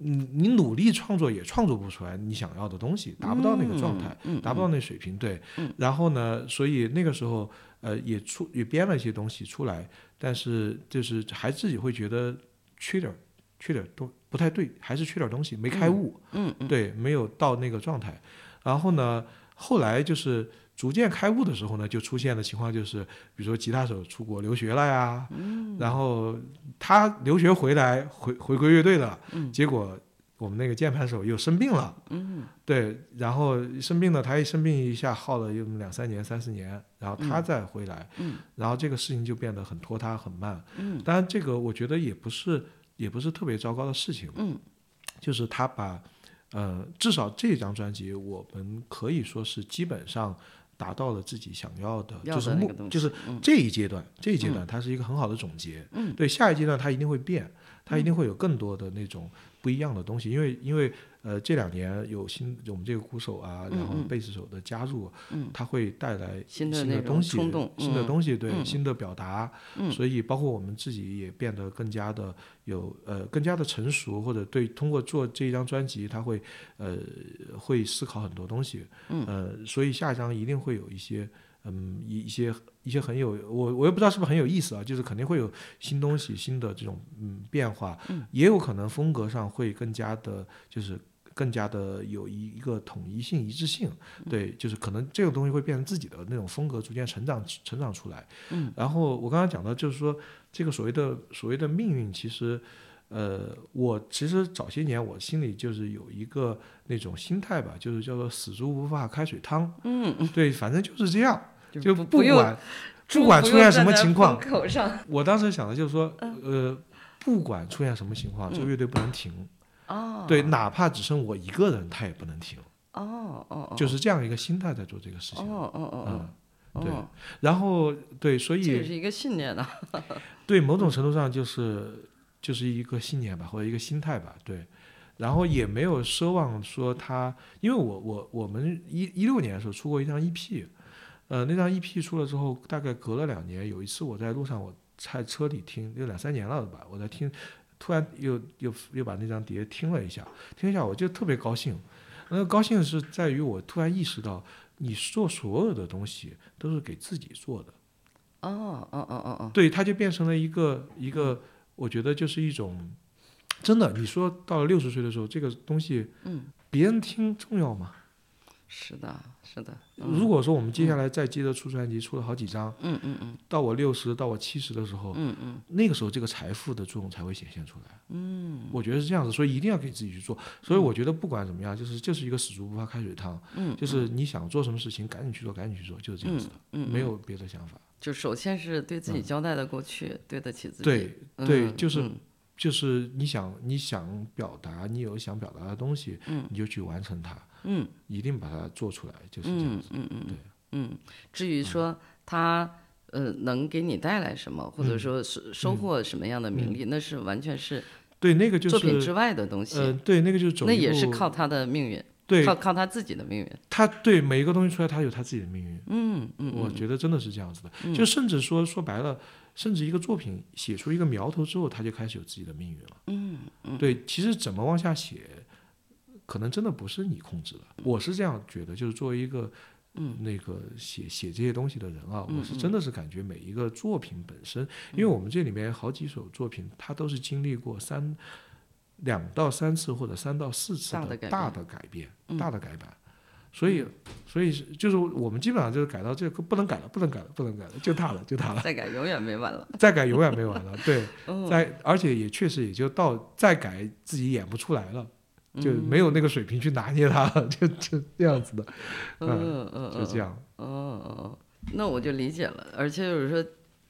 [SPEAKER 2] 你你努力创作也创作不出来你想要的东西，达不到那个状态，
[SPEAKER 1] 嗯
[SPEAKER 2] 达不到那水平。对，然后呢，所以那个时候呃也出也编了一些东西出来，但是就是还自己会觉得缺点儿缺点儿东不太对，还是缺点儿东西，没开悟。
[SPEAKER 1] 嗯，
[SPEAKER 2] 对，没有到那个状态。然后呢，后来就是逐渐开悟的时候呢，就出现的情况就是，比如说吉他手出国留学了呀，然后他留学回来回回归乐队了，
[SPEAKER 1] 嗯
[SPEAKER 2] 结果我们那个键盘手又生病了，对，然后生病了，他一生病一下耗了有两三年、三四年，然后他再回来，
[SPEAKER 1] 嗯
[SPEAKER 2] 然后这个事情就变得很拖沓、很慢。嗯，当然这个我觉得也不是也不是特别糟糕的事情，
[SPEAKER 1] 嗯，
[SPEAKER 2] 就是他把，呃，至少这张专辑我们可以说是基本上。达到了自己想要的，
[SPEAKER 1] 要
[SPEAKER 2] 就是
[SPEAKER 1] 的那
[SPEAKER 2] 目
[SPEAKER 1] 个东西嗯
[SPEAKER 2] 就是这一阶段，这一阶段它是一个很好的总结。嗯，对，下一阶段它一定会变，它一定会有更多的那种不一样的东西，因为因为呃，这两年有新我们这个鼓手啊，然后贝斯手的加入，它会带来
[SPEAKER 1] 新的
[SPEAKER 2] 的
[SPEAKER 1] 那种
[SPEAKER 2] 东西，
[SPEAKER 1] 冲动
[SPEAKER 2] 新的
[SPEAKER 1] 嗯
[SPEAKER 2] 东西，对，
[SPEAKER 1] 嗯
[SPEAKER 2] 新的表达，所以包括我们自己也变得更加的有呃更加的成熟，或者对通过做这一张专辑，他会呃会思考很多东西，
[SPEAKER 1] 嗯
[SPEAKER 2] 呃，所以下一张一定会有一些。嗯，一一些一些很有我我也不知道是不是很有意思啊，就是肯定会有新东
[SPEAKER 1] 嗯
[SPEAKER 2] 西、新的这种嗯变化，也有可能风格上会更加的，就是更加的有一一个统一性、一致性。
[SPEAKER 1] 嗯
[SPEAKER 2] 对，就是可能这个东西会变成自己的那种风格，逐渐成长成长出来。嗯，然后我刚刚讲到，就是说这个所谓的所谓的命运，其实。呃，我其实早些年我心里就是有一个那种心态吧，就是叫做“死猪不怕开水烫”。嗯，对，反正就是这
[SPEAKER 1] <laughs>
[SPEAKER 2] 样，就
[SPEAKER 1] 不
[SPEAKER 2] 不
[SPEAKER 1] 用
[SPEAKER 2] 管不管出现什么情况，
[SPEAKER 1] 口上
[SPEAKER 2] 我当时想的就是说，
[SPEAKER 1] 嗯
[SPEAKER 2] 呃，不管出现什么情况，这个乐队不能停。
[SPEAKER 1] 哦
[SPEAKER 2] 对，哪怕只剩我一个人，他也不能停，
[SPEAKER 1] 哦哦哦，
[SPEAKER 2] 就是这样一个心态在做这个事
[SPEAKER 1] 哦
[SPEAKER 2] 情。
[SPEAKER 1] 哦哦
[SPEAKER 2] 嗯，
[SPEAKER 1] 哦，
[SPEAKER 2] 对
[SPEAKER 1] 哦
[SPEAKER 2] 然后对，所
[SPEAKER 1] 这也
[SPEAKER 2] 以
[SPEAKER 1] 是一个信念啊。
[SPEAKER 2] 对某种程度上就是就是一个信念吧，或者一个心态吧，对。然后也没有奢望说他，因为我我我们一一六年的时候出过一张 EP，呃，那张 EP 出了之后，大概隔了两年，有一次我在路上，我在车里听，有两三年了吧，我在听，突然又又又把那张碟听了一下，听一下我就特别高兴。那个高兴是在于我突然意识到，你做所有的东西都是给自己做的。嗯
[SPEAKER 1] 哦哦哦哦哦，
[SPEAKER 2] 对，它就变成了一个一个，我觉得就是一种，真的，你说到了六十岁的时候，这个东西，
[SPEAKER 1] 嗯，
[SPEAKER 2] 别人听重要吗？
[SPEAKER 1] 是的，是的，嗯
[SPEAKER 2] 如果说我们接下来再接着出专辑，出了好几张，
[SPEAKER 1] 嗯嗯嗯
[SPEAKER 2] 到我六十，到我七十的时候，
[SPEAKER 1] 嗯嗯，
[SPEAKER 2] 那个时候这个财富的作用才会显现出来。嗯，我觉得是这样子，所以一定要给自己去做。所以我觉得不管怎么样，就是就是一个死猪不怕开水烫，
[SPEAKER 1] 嗯，
[SPEAKER 2] 就是你想做什么事情，赶紧去做，赶紧去做，就是这样子的，
[SPEAKER 1] 嗯，
[SPEAKER 2] 没有别的想法。
[SPEAKER 1] 就首先是对自己交代的过去，对得起自己。
[SPEAKER 2] 对
[SPEAKER 1] 嗯，
[SPEAKER 2] 对，就是
[SPEAKER 1] 嗯
[SPEAKER 2] 就是你想你想表达，你有想表达的东西，
[SPEAKER 1] 嗯
[SPEAKER 2] 你就去完成它，
[SPEAKER 1] 嗯
[SPEAKER 2] 一定把它做出来，就是这样
[SPEAKER 1] 嗯
[SPEAKER 2] 子。
[SPEAKER 1] 嗯嗯
[SPEAKER 2] 对
[SPEAKER 1] 嗯。至于说他呃能给你带来什么，或
[SPEAKER 2] 嗯
[SPEAKER 1] 者说是收获什么样的名利，那是完全是
[SPEAKER 2] 对，那个就
[SPEAKER 1] 作品之
[SPEAKER 2] 是，
[SPEAKER 1] 外的东西，
[SPEAKER 2] 呃，对，那个嗯就是走
[SPEAKER 1] 那
[SPEAKER 2] 一
[SPEAKER 1] 也是
[SPEAKER 2] 步
[SPEAKER 1] 靠他的命运，
[SPEAKER 2] 对
[SPEAKER 1] 靠靠他自己的命运。
[SPEAKER 2] 他对每一个东西出来，他有他自己的命运。
[SPEAKER 1] 嗯嗯
[SPEAKER 2] 我觉得真的是这样子的，就甚至说说白了，甚至一个作品写出一个苗头之后，他就开始有自己的命运了。嗯嗯，对，其实怎么往下写，可能真的不是你控制的。我是这样觉得，就是作为一个。嗯，那个写写这些东西的人啊，
[SPEAKER 1] 嗯
[SPEAKER 2] 我是真的是感觉每一个作品本身，因为我们这里面好几首作品，它都是经历过三两到三次或者三到四次
[SPEAKER 1] 大的
[SPEAKER 2] 的
[SPEAKER 1] 改嗯
[SPEAKER 2] 大的改变、大的改版，所以所以是就是我们基本上就是改到这个不能改了，不能改了，不能改了，就它了，就它了，
[SPEAKER 1] 嗯
[SPEAKER 2] <laughs>
[SPEAKER 1] 再改永远没完了。
[SPEAKER 2] 再改永远没完了。
[SPEAKER 1] <laughs>
[SPEAKER 2] 对，
[SPEAKER 1] 嗯
[SPEAKER 2] 再而且也确实也就到再改自己演不出来了，就没有那个水平去拿捏它了， <laughs> 就就这样子的，
[SPEAKER 1] 嗯嗯
[SPEAKER 2] 就
[SPEAKER 1] 嗯
[SPEAKER 2] 这样。
[SPEAKER 1] 哦哦，那我就理解了。而且就是说，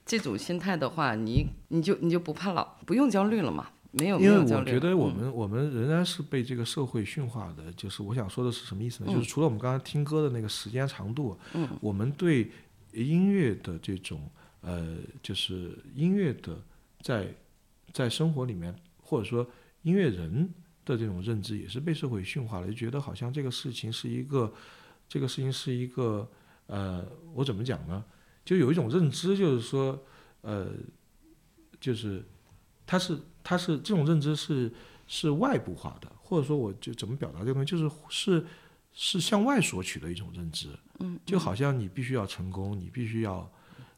[SPEAKER 1] 这种心态的话，你你就你就不怕老，不用焦虑了嘛，没有没
[SPEAKER 2] 因为
[SPEAKER 1] 有嗯焦
[SPEAKER 2] 我
[SPEAKER 1] 虑了。
[SPEAKER 2] 觉得我们、我们仍然是被这个社会驯化的，就是我想说的是什么意思
[SPEAKER 1] 嗯
[SPEAKER 2] 呢？就是除了我们刚刚听歌的那个时间长度，嗯、我们对音乐的这种呃，就是音乐的在在生活里面，或者说音乐人的这种认知也是被社会驯化了，就觉得好像这个事情是一个这个事情是一个呃，我怎么讲呢？就有一种认知，就是说呃，就是。它是它是这种认知是是外部化的，或者说我就怎么表达这个东西，就是是是向外索取的一种认知，嗯，就好像你必须要成功，你必须要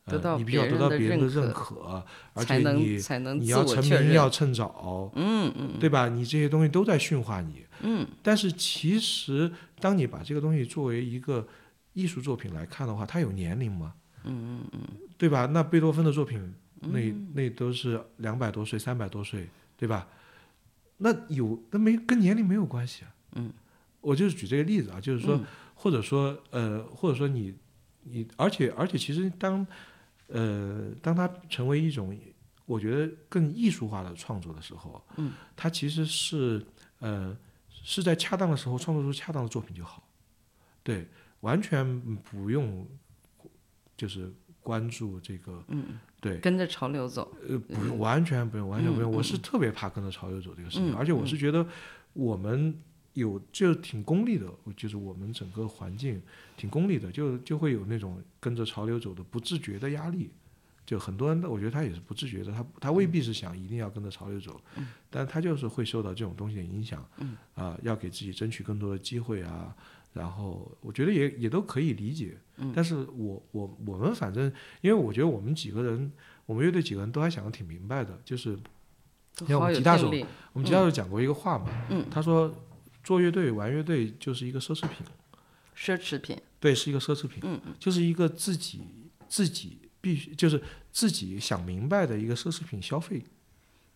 [SPEAKER 1] 得到
[SPEAKER 2] 呃，你必须要
[SPEAKER 1] 别人
[SPEAKER 2] 得到
[SPEAKER 1] 的
[SPEAKER 2] 别人的
[SPEAKER 1] 认
[SPEAKER 2] 认
[SPEAKER 1] 可
[SPEAKER 2] 可，而且
[SPEAKER 1] 才能
[SPEAKER 2] 你
[SPEAKER 1] 才能
[SPEAKER 2] 你
[SPEAKER 1] 自
[SPEAKER 2] 要
[SPEAKER 1] 我
[SPEAKER 2] 成
[SPEAKER 1] 确
[SPEAKER 2] 名
[SPEAKER 1] 认。
[SPEAKER 2] 要趁早，
[SPEAKER 1] 嗯嗯
[SPEAKER 2] 对吧？你这些东西都在驯化你，
[SPEAKER 1] 嗯，
[SPEAKER 2] 但是其实当你把这个东西作为一个艺术作品来看的话，它有年龄吗？
[SPEAKER 1] 嗯嗯
[SPEAKER 2] 对吧？那贝多芬的作品，那那都是两百多岁、三百多岁，对吧？那有那没跟年龄没有关系啊。
[SPEAKER 1] 嗯，
[SPEAKER 2] 我就是举这个例子啊，就是说，或者说呃，或者说你你，而且而且，其实当呃当它成为一种我觉得更艺术化的创作的时候，
[SPEAKER 1] 嗯，
[SPEAKER 2] 它其实是呃是在恰当的时候创作出恰当的作品就好，对，完全不用就是关注这个，
[SPEAKER 1] 嗯，
[SPEAKER 2] 对
[SPEAKER 1] 嗯，，跟着潮流
[SPEAKER 2] <laughs>
[SPEAKER 1] 走。
[SPEAKER 2] 呃，不用，完全不用，完全不用。
[SPEAKER 1] 嗯
[SPEAKER 2] 我是特别怕跟着潮流走这个事情，
[SPEAKER 1] 嗯
[SPEAKER 2] 而且我是觉得我们有就挺功利的，就是我们整个环境挺功利的，就就会有那种跟着潮流走的不自觉的压力。就很多人，我觉得他也是不自觉的，他他未必是想一定要跟着潮流走，
[SPEAKER 1] 嗯
[SPEAKER 2] 但他就是会受到这种东西的影响，啊、要给自己争取更多的机会啊。然后我觉得也也都可以理解，
[SPEAKER 1] 嗯
[SPEAKER 2] 但是我我我们反正，因为我觉得我们几个人我们乐队几个人都还想的挺明白的，就是
[SPEAKER 1] 都
[SPEAKER 2] 像我
[SPEAKER 1] 好
[SPEAKER 2] 们
[SPEAKER 1] 有
[SPEAKER 2] 吉他
[SPEAKER 1] 定
[SPEAKER 2] 手
[SPEAKER 1] 力，嗯
[SPEAKER 2] 我们吉他手讲过一个话嘛，他说做乐队、玩乐队就是一个奢侈品，
[SPEAKER 1] 奢侈品，
[SPEAKER 2] 对，是一个奢侈品，嗯，就是一个自己自己必须就是自己想明白的一个奢侈品消费，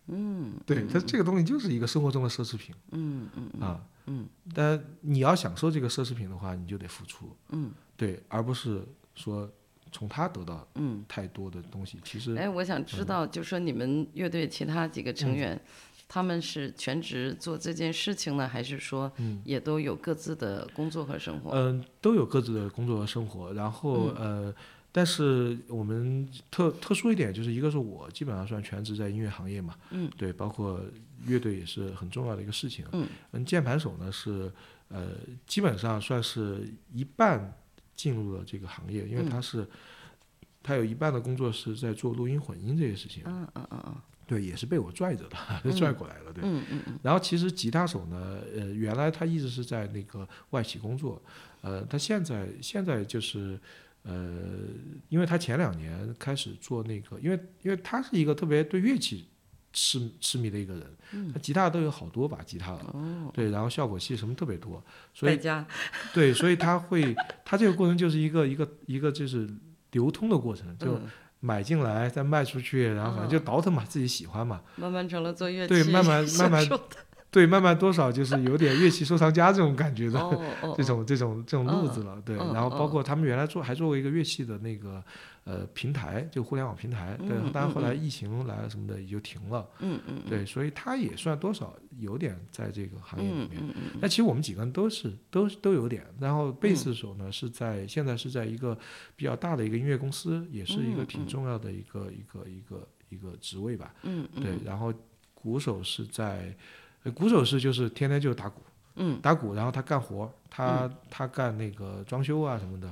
[SPEAKER 2] 嗯，对，它这个东西就是一个生活中的奢侈品，
[SPEAKER 1] 嗯嗯
[SPEAKER 2] 啊，嗯，但你要享受这个奢侈品的话，你就得付出，
[SPEAKER 1] 嗯，
[SPEAKER 2] 对，而不是说从他得到
[SPEAKER 1] 嗯。
[SPEAKER 2] 太多的东西，其实
[SPEAKER 1] 哎，我想
[SPEAKER 2] 嗯
[SPEAKER 1] 知道，就说你们乐队其他几个成员，他们是全职做这件事情呢，还是说也都有各自的工作和生活？嗯
[SPEAKER 2] 嗯、都有各自的工作和生活，然后、呃，但是我们特特殊一点就是，一个是我基本上算全职在音乐行业嘛，
[SPEAKER 1] 嗯，
[SPEAKER 2] 对，包括乐队也是很重要的一个事情，
[SPEAKER 1] 嗯，
[SPEAKER 2] 键盘手呢是呃，基本上算是一半进入了这个行业，因为
[SPEAKER 1] 嗯
[SPEAKER 2] 他是、他有一半的工作是在做录音混音这些事情，
[SPEAKER 1] 嗯嗯嗯嗯
[SPEAKER 2] 对，也是被我拽着的，拽过来了，对。
[SPEAKER 1] 嗯嗯
[SPEAKER 2] 然后其实吉他手呢，呃，原来他一直是在那个外企工作，呃，他现在现在就是，呃，因为他前两年开始做那个，因为因为他是一个特别对乐器痴痴迷的一个人，
[SPEAKER 1] 嗯
[SPEAKER 2] 他吉他都有好多把吉他了，
[SPEAKER 1] 哦
[SPEAKER 2] 对，然后效果器什么特别多，所
[SPEAKER 1] 在
[SPEAKER 2] 以
[SPEAKER 1] 家，
[SPEAKER 2] 对，所以他会， <laughs> 他这个过程就是一个一个一个就是流通的过程，就
[SPEAKER 1] 嗯，
[SPEAKER 2] 买进来再卖出去，然后反正就倒腾嘛，自己喜欢嘛。
[SPEAKER 1] 慢慢成了做乐器，
[SPEAKER 2] 对慢慢
[SPEAKER 1] <laughs> 享
[SPEAKER 2] 慢慢
[SPEAKER 1] 受的
[SPEAKER 2] 对，慢慢多少就是有点乐器收藏家这种感觉的、
[SPEAKER 1] 哦哦，
[SPEAKER 2] <laughs> 这
[SPEAKER 1] 哦
[SPEAKER 2] 种这种这种路子了。对，
[SPEAKER 1] 嗯
[SPEAKER 2] 然后包
[SPEAKER 1] 嗯
[SPEAKER 2] 括他们原来做还做过一个乐器的那个呃平台，就互联网平台。对，
[SPEAKER 1] 嗯
[SPEAKER 2] 当然
[SPEAKER 1] 嗯
[SPEAKER 2] 后来
[SPEAKER 1] 嗯
[SPEAKER 2] 疫情来了什么的也就停了。
[SPEAKER 1] 嗯嗯嗯
[SPEAKER 2] 对，所以他也算多少有点在这个行业里
[SPEAKER 1] 嗯
[SPEAKER 2] 面。
[SPEAKER 1] 嗯嗯
[SPEAKER 2] 那其实我们几个人都是都都有点，然后贝斯手呢是在现在是在一个比较大的一个音乐公司，也是一个
[SPEAKER 1] 嗯
[SPEAKER 2] 挺重要的一个、一个一个一个职位吧。
[SPEAKER 1] 嗯嗯，
[SPEAKER 2] 对，然后鼓手是在，呃鼓手是就是天天就打鼓，
[SPEAKER 1] 嗯，
[SPEAKER 2] 打鼓，然后他干活，他、他干那个装修啊什么的，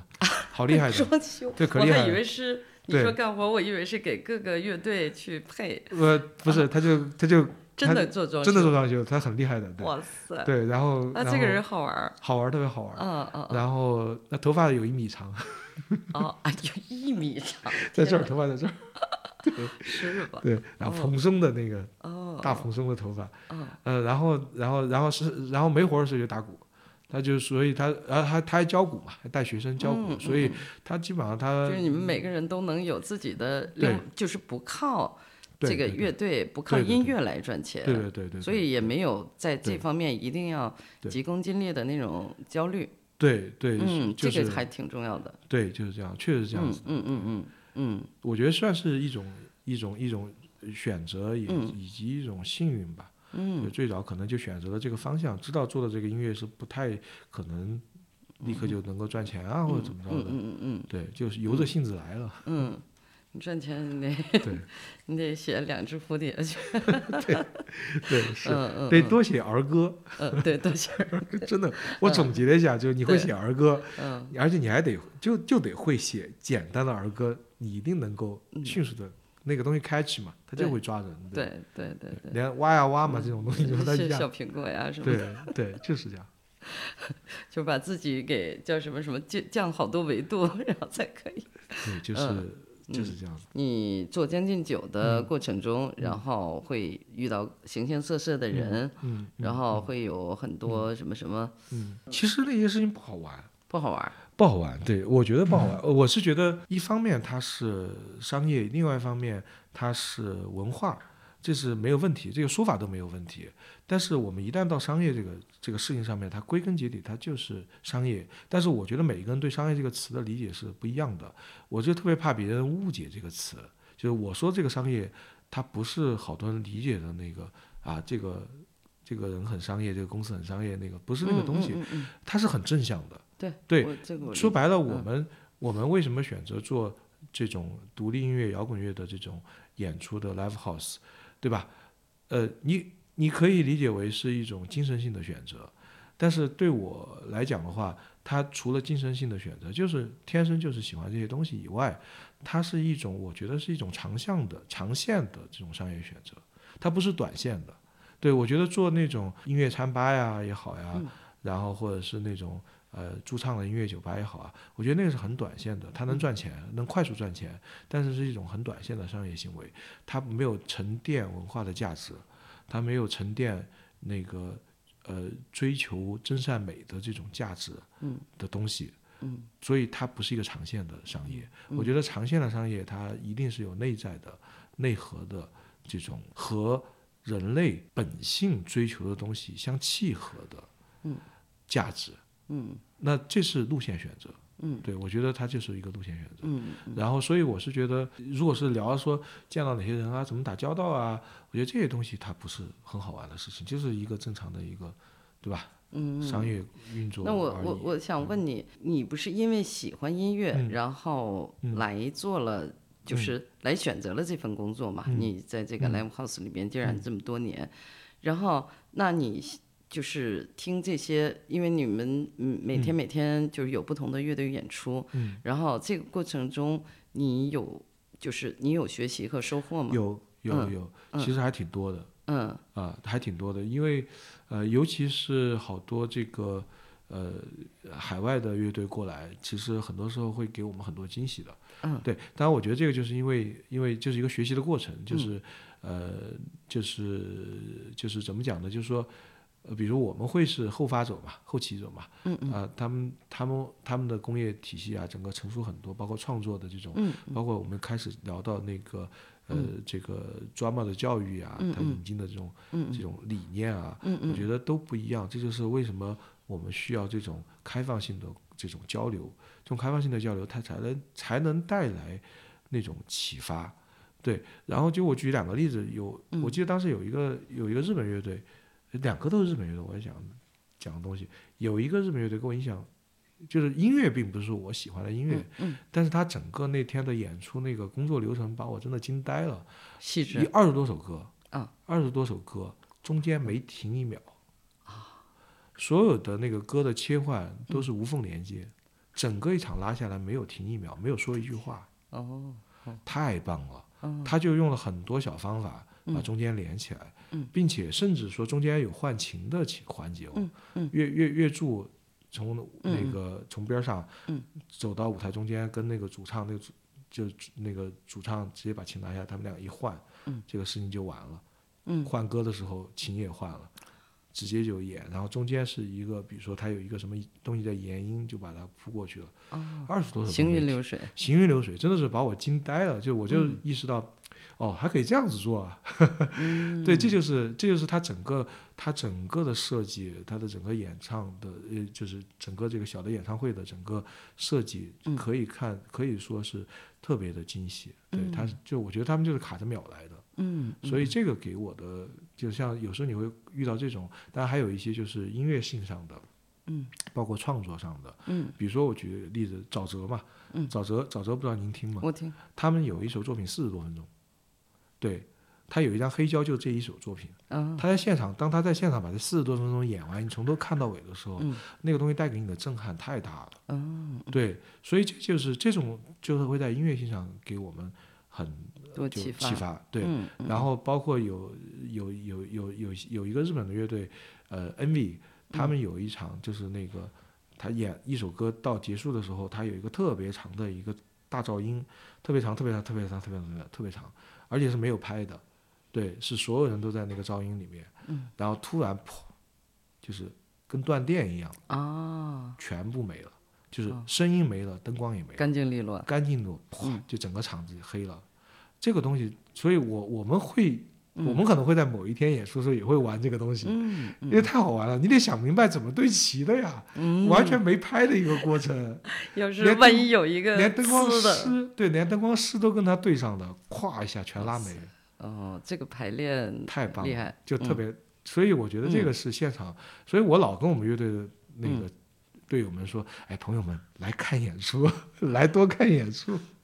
[SPEAKER 2] 好厉害的，
[SPEAKER 1] <laughs> 装修，
[SPEAKER 2] 对，可
[SPEAKER 1] 我
[SPEAKER 2] 厉
[SPEAKER 1] 还
[SPEAKER 2] 害
[SPEAKER 1] 以
[SPEAKER 2] 了。
[SPEAKER 1] 为是你
[SPEAKER 2] 对
[SPEAKER 1] 说干活，我以为是给各个乐队去配，
[SPEAKER 2] 呃，不是，他就他就
[SPEAKER 1] 真的做装修，
[SPEAKER 2] 真的做装修，他很厉害的，对
[SPEAKER 1] 哇塞，
[SPEAKER 2] 对，然后
[SPEAKER 1] 那
[SPEAKER 2] 然后
[SPEAKER 1] 这个人好玩儿，
[SPEAKER 2] 好玩，特别好玩。
[SPEAKER 1] 嗯嗯嗯
[SPEAKER 2] 然后那头发有一米长， <laughs>
[SPEAKER 1] 哦，哎呦，一米长，
[SPEAKER 2] 在这
[SPEAKER 1] 天
[SPEAKER 2] 儿，头发在这儿，
[SPEAKER 1] 哪是吧？
[SPEAKER 2] 对，然后
[SPEAKER 1] 哦
[SPEAKER 2] 蓬松的那个
[SPEAKER 1] 哦，
[SPEAKER 2] 大蓬松的头发，
[SPEAKER 1] 嗯
[SPEAKER 2] 呃，然后然后然后是然后没活儿的时候就打鼓，他就所以他然后他他还教鼓嘛，还带学生教鼓，
[SPEAKER 1] 嗯
[SPEAKER 2] 所以他基本上他
[SPEAKER 1] 就是你们每个人都能有自己的
[SPEAKER 2] 呃对
[SPEAKER 1] 另，就是不靠
[SPEAKER 2] 对
[SPEAKER 1] 这个
[SPEAKER 2] 对
[SPEAKER 1] 乐队，不靠
[SPEAKER 2] 对对
[SPEAKER 1] 音
[SPEAKER 2] 对
[SPEAKER 1] 乐来赚钱，
[SPEAKER 2] 对对对对，
[SPEAKER 1] 所以也没有在
[SPEAKER 2] 对
[SPEAKER 1] 这方面一定要
[SPEAKER 2] 对
[SPEAKER 1] 急功近利的那种焦虑。
[SPEAKER 2] 对对，
[SPEAKER 1] 嗯，
[SPEAKER 2] 就
[SPEAKER 1] 这
[SPEAKER 2] 是
[SPEAKER 1] 个还挺重要的。
[SPEAKER 2] 对就是这样，确实这样
[SPEAKER 1] 嗯
[SPEAKER 2] 子，
[SPEAKER 1] 嗯嗯嗯嗯
[SPEAKER 2] 我觉得算是一种一种一种选择，也
[SPEAKER 1] 嗯
[SPEAKER 2] 以及一种幸运吧。就
[SPEAKER 1] 嗯
[SPEAKER 2] 最早可能就选择了这个方向，知道做的这个音乐是不太可能立刻就能够赚钱啊，或者怎么
[SPEAKER 1] 嗯
[SPEAKER 2] 着的。
[SPEAKER 1] 嗯嗯
[SPEAKER 2] 对，就是由着性子来
[SPEAKER 1] <laughs>
[SPEAKER 2] 了。
[SPEAKER 1] 嗯嗯，你赚钱你得
[SPEAKER 2] 对
[SPEAKER 1] 你得写两只蝴蝶去。
[SPEAKER 2] 对是，
[SPEAKER 1] 嗯嗯，
[SPEAKER 2] 得
[SPEAKER 1] 嗯
[SPEAKER 2] 多写儿歌。
[SPEAKER 1] 嗯对多写。<laughs>
[SPEAKER 2] 真的，我总结了一下，就是你会
[SPEAKER 1] 对
[SPEAKER 2] 写儿歌，
[SPEAKER 1] 嗯，
[SPEAKER 2] 而且你还得就就得会写简单的儿歌，你一定能够迅速的那个东西 catch 嘛，它就
[SPEAKER 1] 嗯对
[SPEAKER 2] 会抓人。
[SPEAKER 1] 对对对
[SPEAKER 2] 对
[SPEAKER 1] 对，
[SPEAKER 2] <laughs>
[SPEAKER 1] 嗯
[SPEAKER 2] 连挖呀挖嘛这种东西，它一
[SPEAKER 1] 是小
[SPEAKER 2] 样。
[SPEAKER 1] 苹果呀什么的。
[SPEAKER 2] 对对，就是这样。
[SPEAKER 1] 就把自己给叫什么什么降降好多维度，然后才可以。
[SPEAKER 2] 对，
[SPEAKER 1] 嗯
[SPEAKER 2] 就是就是这样子。
[SPEAKER 1] 你做《将进酒》的
[SPEAKER 2] 嗯
[SPEAKER 1] 过程中，然后会遇到形形色色的人，
[SPEAKER 2] 嗯，
[SPEAKER 1] 然后会有很多什么什么
[SPEAKER 2] 嗯，其实那些事情不好玩。
[SPEAKER 1] 不好玩儿。
[SPEAKER 2] 不好玩，对我
[SPEAKER 1] 嗯
[SPEAKER 2] 觉得不好玩。呃我是觉得一方面它是商业，另外一方面它是文化，这是没有问题，这个说法都没有问题。但是我们一旦到商业这个这个事情上面，它归根结底它就是商业。但是我觉得每一个人对商业这个词的理解是不一样的，我就特别怕别人误解这个词，就是我说这个商业，它不是好多人理解的那个啊，这个这个人很商业，这个公司很商业，那个不是那个
[SPEAKER 1] 嗯
[SPEAKER 2] 东西，
[SPEAKER 1] 嗯嗯嗯
[SPEAKER 2] 它是很正向的。
[SPEAKER 1] 对
[SPEAKER 2] 对
[SPEAKER 1] 我这个我
[SPEAKER 2] 说
[SPEAKER 1] 理
[SPEAKER 2] 白了，我们、我们为什么选择做这种独立音乐、摇滚乐的这种演出的 live house，对吧？呃，你你可以理解为是一种精神性的选择，但是对我来讲的话，它除了精神性的选择，就是天生就是喜欢这些东西以外，它是一种我觉得是一种长项的、长线的这种商业选择，它不是短线的。对我觉得做那种音乐餐吧呀也好呀，然后或者是那种呃驻唱的音乐酒吧也好啊，我觉得那个是很短线的，它能赚钱，能快速赚钱，但是是一种很短线的商业行为，它没有沉淀文化的价值，它没有沉淀那个呃追求真善美的这种价值
[SPEAKER 1] 嗯
[SPEAKER 2] 的东西，
[SPEAKER 1] 嗯
[SPEAKER 2] 所以它不是一个长线的商业。我觉得长线的商业，它一定是有内在的、内核的这种和人类本性追求的东西相契合的
[SPEAKER 1] 嗯
[SPEAKER 2] 价值。
[SPEAKER 1] 嗯
[SPEAKER 2] 那这是路线选择。
[SPEAKER 1] 嗯，
[SPEAKER 2] 对，我觉得它就是一个路线选择。
[SPEAKER 1] 嗯
[SPEAKER 2] 然后，所以我是觉得，如果是聊说见到哪些人啊，怎么打交道啊，我觉得这些东西它不是很好玩的事情，就是一个正常的一个，对吧？
[SPEAKER 1] 嗯。
[SPEAKER 2] 商业运作
[SPEAKER 1] 那我
[SPEAKER 2] 而
[SPEAKER 1] 我
[SPEAKER 2] 已
[SPEAKER 1] 我想问你，你不是因为喜欢音乐，
[SPEAKER 2] 嗯
[SPEAKER 1] 然后来做了，就是来选择了这份工作嘛？
[SPEAKER 2] 嗯
[SPEAKER 1] 你在这个 live house 里边竟然这么多年，然后那你就是听这些，因为你们嗯每天每天就是有不同的乐队演出，
[SPEAKER 2] 嗯
[SPEAKER 1] 然后这个过程中你有就是你有学习和收获吗？
[SPEAKER 2] 有有
[SPEAKER 1] 嗯
[SPEAKER 2] 有，
[SPEAKER 1] 嗯
[SPEAKER 2] 其实还挺多的
[SPEAKER 1] 嗯
[SPEAKER 2] 啊，还挺多的，因为呃，尤其是好多这个呃海外的乐队过来，其实很多时候会给我们很多惊喜的。
[SPEAKER 1] 嗯，
[SPEAKER 2] 对，当然我觉得这个就是因为因为就是一个学习的过程，就是、
[SPEAKER 1] 嗯
[SPEAKER 2] 呃就是就是怎么讲呢？就是说。呃，比如我们会是后发者嘛，后起者嘛，
[SPEAKER 1] 嗯
[SPEAKER 2] 啊、他们他们他们的工业体系啊，整个成熟很多，包括创作的这种，
[SPEAKER 1] 嗯
[SPEAKER 2] 包括我们开始聊到那个呃、这个 drama 的教育啊，它引进的这种、这种理念啊，
[SPEAKER 1] 嗯
[SPEAKER 2] 我觉得都不一样。这就是为什么我们需要这种开放性的这种交流，这种开放性的交流，它才能才能带来那种启发。对，然后就我举两个例子，有我记得当时有一个有一个日本乐队，两个都是日本乐队，我在想讲的东西，有一个日本乐队给我影响，就是音乐并不是我喜欢的音乐，但是他整个那天的演出那个工作流程把我真的惊呆了，
[SPEAKER 1] 细
[SPEAKER 2] 一
[SPEAKER 1] 致
[SPEAKER 2] 二十多首歌，
[SPEAKER 1] 啊，
[SPEAKER 2] 二十多首歌中间没停一秒，
[SPEAKER 1] 啊
[SPEAKER 2] 所有的那个歌的切换都是无缝连
[SPEAKER 1] 嗯
[SPEAKER 2] 接，整个一场拉下来没有停一秒，没有说一句话，
[SPEAKER 1] 哦，嗯
[SPEAKER 2] 太棒了。他就用了很多小方法把中间连起来，
[SPEAKER 1] 嗯
[SPEAKER 2] 并且甚至说中间有换琴的情环节哦。
[SPEAKER 1] 嗯
[SPEAKER 2] 乐乐乐柱从那个、从边上、
[SPEAKER 1] 嗯
[SPEAKER 2] 走到舞台中间，跟那个主唱那个主就那个主唱直接把琴拿下，他们俩一换，这个事情就完了。
[SPEAKER 1] 嗯
[SPEAKER 2] 换歌的时候琴也换了。直接就演，然后中间是一个，比如说他有一个什么东西在延音，就把它铺过去了。二十、多首
[SPEAKER 1] 哦行
[SPEAKER 2] 歌没
[SPEAKER 1] 云流水，
[SPEAKER 2] 行云流水，真的是把我惊呆了。就我就意识到，哦，还可以这样子做啊！ <laughs> 对，这就是这就是他整个他整个的设计，他的整个演唱的，呃，就是整个这个小的演唱会的整个设计，可以看、可以说是特别的惊喜。对，他就我觉得他们就是卡着秒来的。
[SPEAKER 1] 嗯
[SPEAKER 2] 所以这个给我的，就像有时候你会遇到这种，当然还有一些就是音乐性上的，
[SPEAKER 1] 嗯，
[SPEAKER 2] 包括创作上的，
[SPEAKER 1] 嗯，
[SPEAKER 2] 比如说我举例子，沼泽嘛，
[SPEAKER 1] 嗯
[SPEAKER 2] 沼泽沼泽不知道您听吗？
[SPEAKER 1] 我听
[SPEAKER 2] 他们有一首作品四十多分钟，对，他有一张黑胶就这一首作品，
[SPEAKER 1] 啊
[SPEAKER 2] 他在现场，当他在现场把这四十多分钟演完，你从头看到尾的时候，
[SPEAKER 1] 嗯
[SPEAKER 2] 那个东西带给你的震撼太大了。
[SPEAKER 1] 嗯，
[SPEAKER 2] 对，所以这就是这种就是会在音乐性上给我们很
[SPEAKER 1] 多
[SPEAKER 2] 就
[SPEAKER 1] 启发，
[SPEAKER 2] 启发，对。
[SPEAKER 1] 嗯
[SPEAKER 2] 然后包括有有有有有有一个日本的乐队，呃，Envy，他们有一场就是那个他演一首歌到结束的时候，他有一个特别长的一个大噪音，特别长，特别长，特别长，特别长，特别长特别长，而且是没有拍的，对，是所有人都在那个噪音里面，然后突然噗，就是跟断电一样，
[SPEAKER 1] 啊，
[SPEAKER 2] 全部没了，就是声音没了，灯光也没了。
[SPEAKER 1] 干净利落，
[SPEAKER 2] 干净的，
[SPEAKER 1] 嗯
[SPEAKER 2] 哗，就整个场子黑了。这个东西，所以我我们会，我们可能会在某一天演出的时候也会玩这个东西，
[SPEAKER 1] 嗯
[SPEAKER 2] 因为太好玩了，你得想明白怎么对齐的呀，
[SPEAKER 1] 嗯，
[SPEAKER 2] 完全没拍的一个
[SPEAKER 1] <laughs>
[SPEAKER 2] 过程，
[SPEAKER 1] 要是
[SPEAKER 2] 连
[SPEAKER 1] 万
[SPEAKER 2] 灯
[SPEAKER 1] 一有一个
[SPEAKER 2] 连灯光
[SPEAKER 1] 呲的，
[SPEAKER 2] 师，对，连灯光师都跟他对上的，咵一下全拉没了，
[SPEAKER 1] 哦，这个排练
[SPEAKER 2] 太棒
[SPEAKER 1] 厉
[SPEAKER 2] 了，
[SPEAKER 1] 害，嗯
[SPEAKER 2] 就特别，所以我觉得这个是现场，所以我老跟我们乐队的那
[SPEAKER 1] 嗯
[SPEAKER 2] 个队友们说，哎，朋友们来看演出， <laughs> 来多看演出，
[SPEAKER 1] 嗯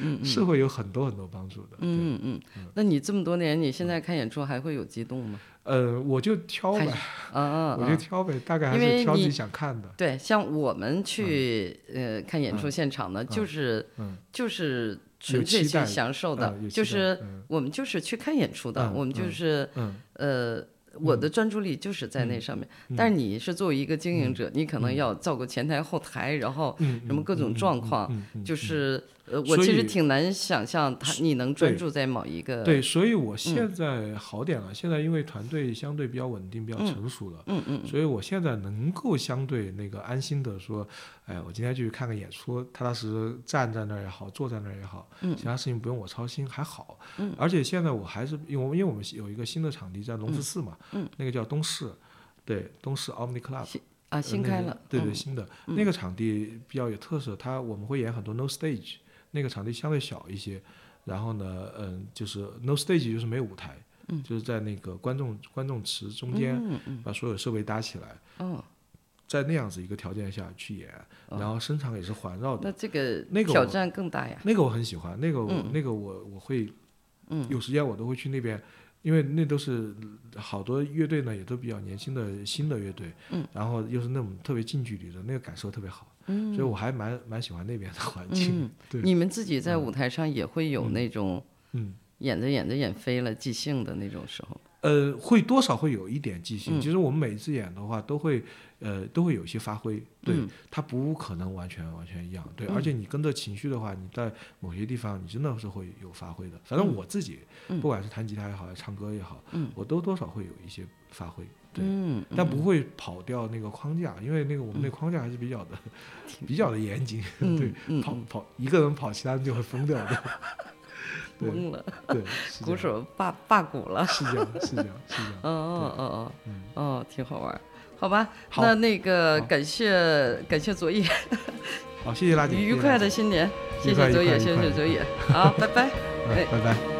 [SPEAKER 1] 嗯嗯
[SPEAKER 2] 是会有很多很多帮助的，对。
[SPEAKER 1] 嗯嗯嗯。那你这么多年，你现在看演出还会有激动吗？
[SPEAKER 2] 呃，我就挑
[SPEAKER 1] 还
[SPEAKER 2] 呗，
[SPEAKER 1] 啊啊
[SPEAKER 2] 我就
[SPEAKER 1] 啊！
[SPEAKER 2] 挑呗，大概还
[SPEAKER 1] 因为
[SPEAKER 2] 是挑自己
[SPEAKER 1] 你
[SPEAKER 2] 想看的。
[SPEAKER 1] 对，像我们去呃看演出现场呢，就是
[SPEAKER 2] 嗯
[SPEAKER 1] 就是
[SPEAKER 2] 有
[SPEAKER 1] 纯粹
[SPEAKER 2] 期
[SPEAKER 1] 去
[SPEAKER 2] 待
[SPEAKER 1] 享受的
[SPEAKER 2] 嗯有，期
[SPEAKER 1] 就
[SPEAKER 2] 待
[SPEAKER 1] 是
[SPEAKER 2] 嗯
[SPEAKER 1] 我们就是去看演出的，
[SPEAKER 2] 嗯
[SPEAKER 1] 我们就是
[SPEAKER 2] 嗯，
[SPEAKER 1] 呃，我的专注力就是在那上面。但
[SPEAKER 2] 嗯
[SPEAKER 1] 是你是作为一个经营者，你可能要照顾前台、后台，然后
[SPEAKER 2] 嗯
[SPEAKER 1] 什么各种状况，
[SPEAKER 2] 嗯嗯嗯
[SPEAKER 1] 就是呃，我
[SPEAKER 2] 所
[SPEAKER 1] 其实
[SPEAKER 2] 以
[SPEAKER 1] 挺难想象他你能专
[SPEAKER 2] 对
[SPEAKER 1] 注在某一个
[SPEAKER 2] 对，所以
[SPEAKER 1] 嗯
[SPEAKER 2] 我现在好点了，现在因为团队相对比较稳定、比较成熟了，
[SPEAKER 1] 嗯嗯，
[SPEAKER 2] 所以我现在能够相对那个安心的说，哎，我今天去看个演出，踏踏实实站在那儿也好，坐在那儿也好，
[SPEAKER 1] 嗯
[SPEAKER 2] 其他事情不用我操心，还好。嗯、而且现在我还是因为因为我们有一个新的场地在龙福寺嘛，嗯那个叫东市，对，东市 Omni Club。
[SPEAKER 1] 啊新
[SPEAKER 2] 呃那
[SPEAKER 1] 开
[SPEAKER 2] 个
[SPEAKER 1] 了，嗯
[SPEAKER 2] 对对，新的、那个场地比较有特色，它我们会演很多 no stage，那个场地相对小一些，然后呢，嗯，就是 no stage 就是没有舞台，嗯、就是在那个观众观众池中间、把所有设备搭起来，
[SPEAKER 1] 嗯，
[SPEAKER 2] 在那样子一个条件下去演，然后声场也是环绕
[SPEAKER 1] 哦
[SPEAKER 2] 的，
[SPEAKER 1] 那这个
[SPEAKER 2] 那个
[SPEAKER 1] 挑
[SPEAKER 2] 我
[SPEAKER 1] 战更大呀，
[SPEAKER 2] 那个我很喜欢，那个我、那个我我会，有时间我都会去那边，因为那都是好多乐队呢，也都比较年轻的新的乐队，然后又是那种特别近距离的，那个感受特别好，所以我还蛮蛮喜欢那边的环境，对，
[SPEAKER 1] 嗯你们自己在舞台上也会有那种
[SPEAKER 2] 嗯。
[SPEAKER 1] 演着演着演飞了即兴的那种时候，
[SPEAKER 2] 呃，会多少会有一点即
[SPEAKER 1] 嗯
[SPEAKER 2] 兴。其实我们每次演的话，都会呃都会有一些发挥，对，
[SPEAKER 1] 嗯
[SPEAKER 2] 它不可能完全完全一样，对。而且你跟着情绪的话，你在某些地方你真的是会有发挥的。反
[SPEAKER 1] 嗯
[SPEAKER 2] 正我自己，不管是弹吉他也好，还是唱歌也好，我都多少会有一些发挥，对。
[SPEAKER 1] 嗯，
[SPEAKER 2] 但不会跑掉那个框架，因为那个我们那框架还是比较的，比较的严谨。
[SPEAKER 1] 嗯
[SPEAKER 2] 对，跑跑一个人跑，其他人就会疯掉
[SPEAKER 1] <laughs>
[SPEAKER 2] 的。对
[SPEAKER 1] 懵了，
[SPEAKER 2] 对，是这
[SPEAKER 1] 鼓
[SPEAKER 2] 样，
[SPEAKER 1] 手罢罢鼓
[SPEAKER 2] <laughs>
[SPEAKER 1] 了。
[SPEAKER 2] 是这样，是这样，是这样。
[SPEAKER 1] 哦哦哦哦，哦，挺好玩儿，好吧？
[SPEAKER 2] 嗯好
[SPEAKER 1] 那那个
[SPEAKER 2] 好
[SPEAKER 1] 感谢感谢左野，
[SPEAKER 2] 好，谢谢拉姐，
[SPEAKER 1] 愉
[SPEAKER 2] 谢谢
[SPEAKER 1] 快
[SPEAKER 2] 拉
[SPEAKER 1] 的
[SPEAKER 2] 姐
[SPEAKER 1] 新年，谢
[SPEAKER 2] 愉快
[SPEAKER 1] 谢左
[SPEAKER 2] 愉快
[SPEAKER 1] 野，
[SPEAKER 2] 愉
[SPEAKER 1] 谢
[SPEAKER 2] 快
[SPEAKER 1] 谢
[SPEAKER 2] 愉 <laughs>
[SPEAKER 1] 左野，好，拜拜。哎
[SPEAKER 2] 嗯拜拜。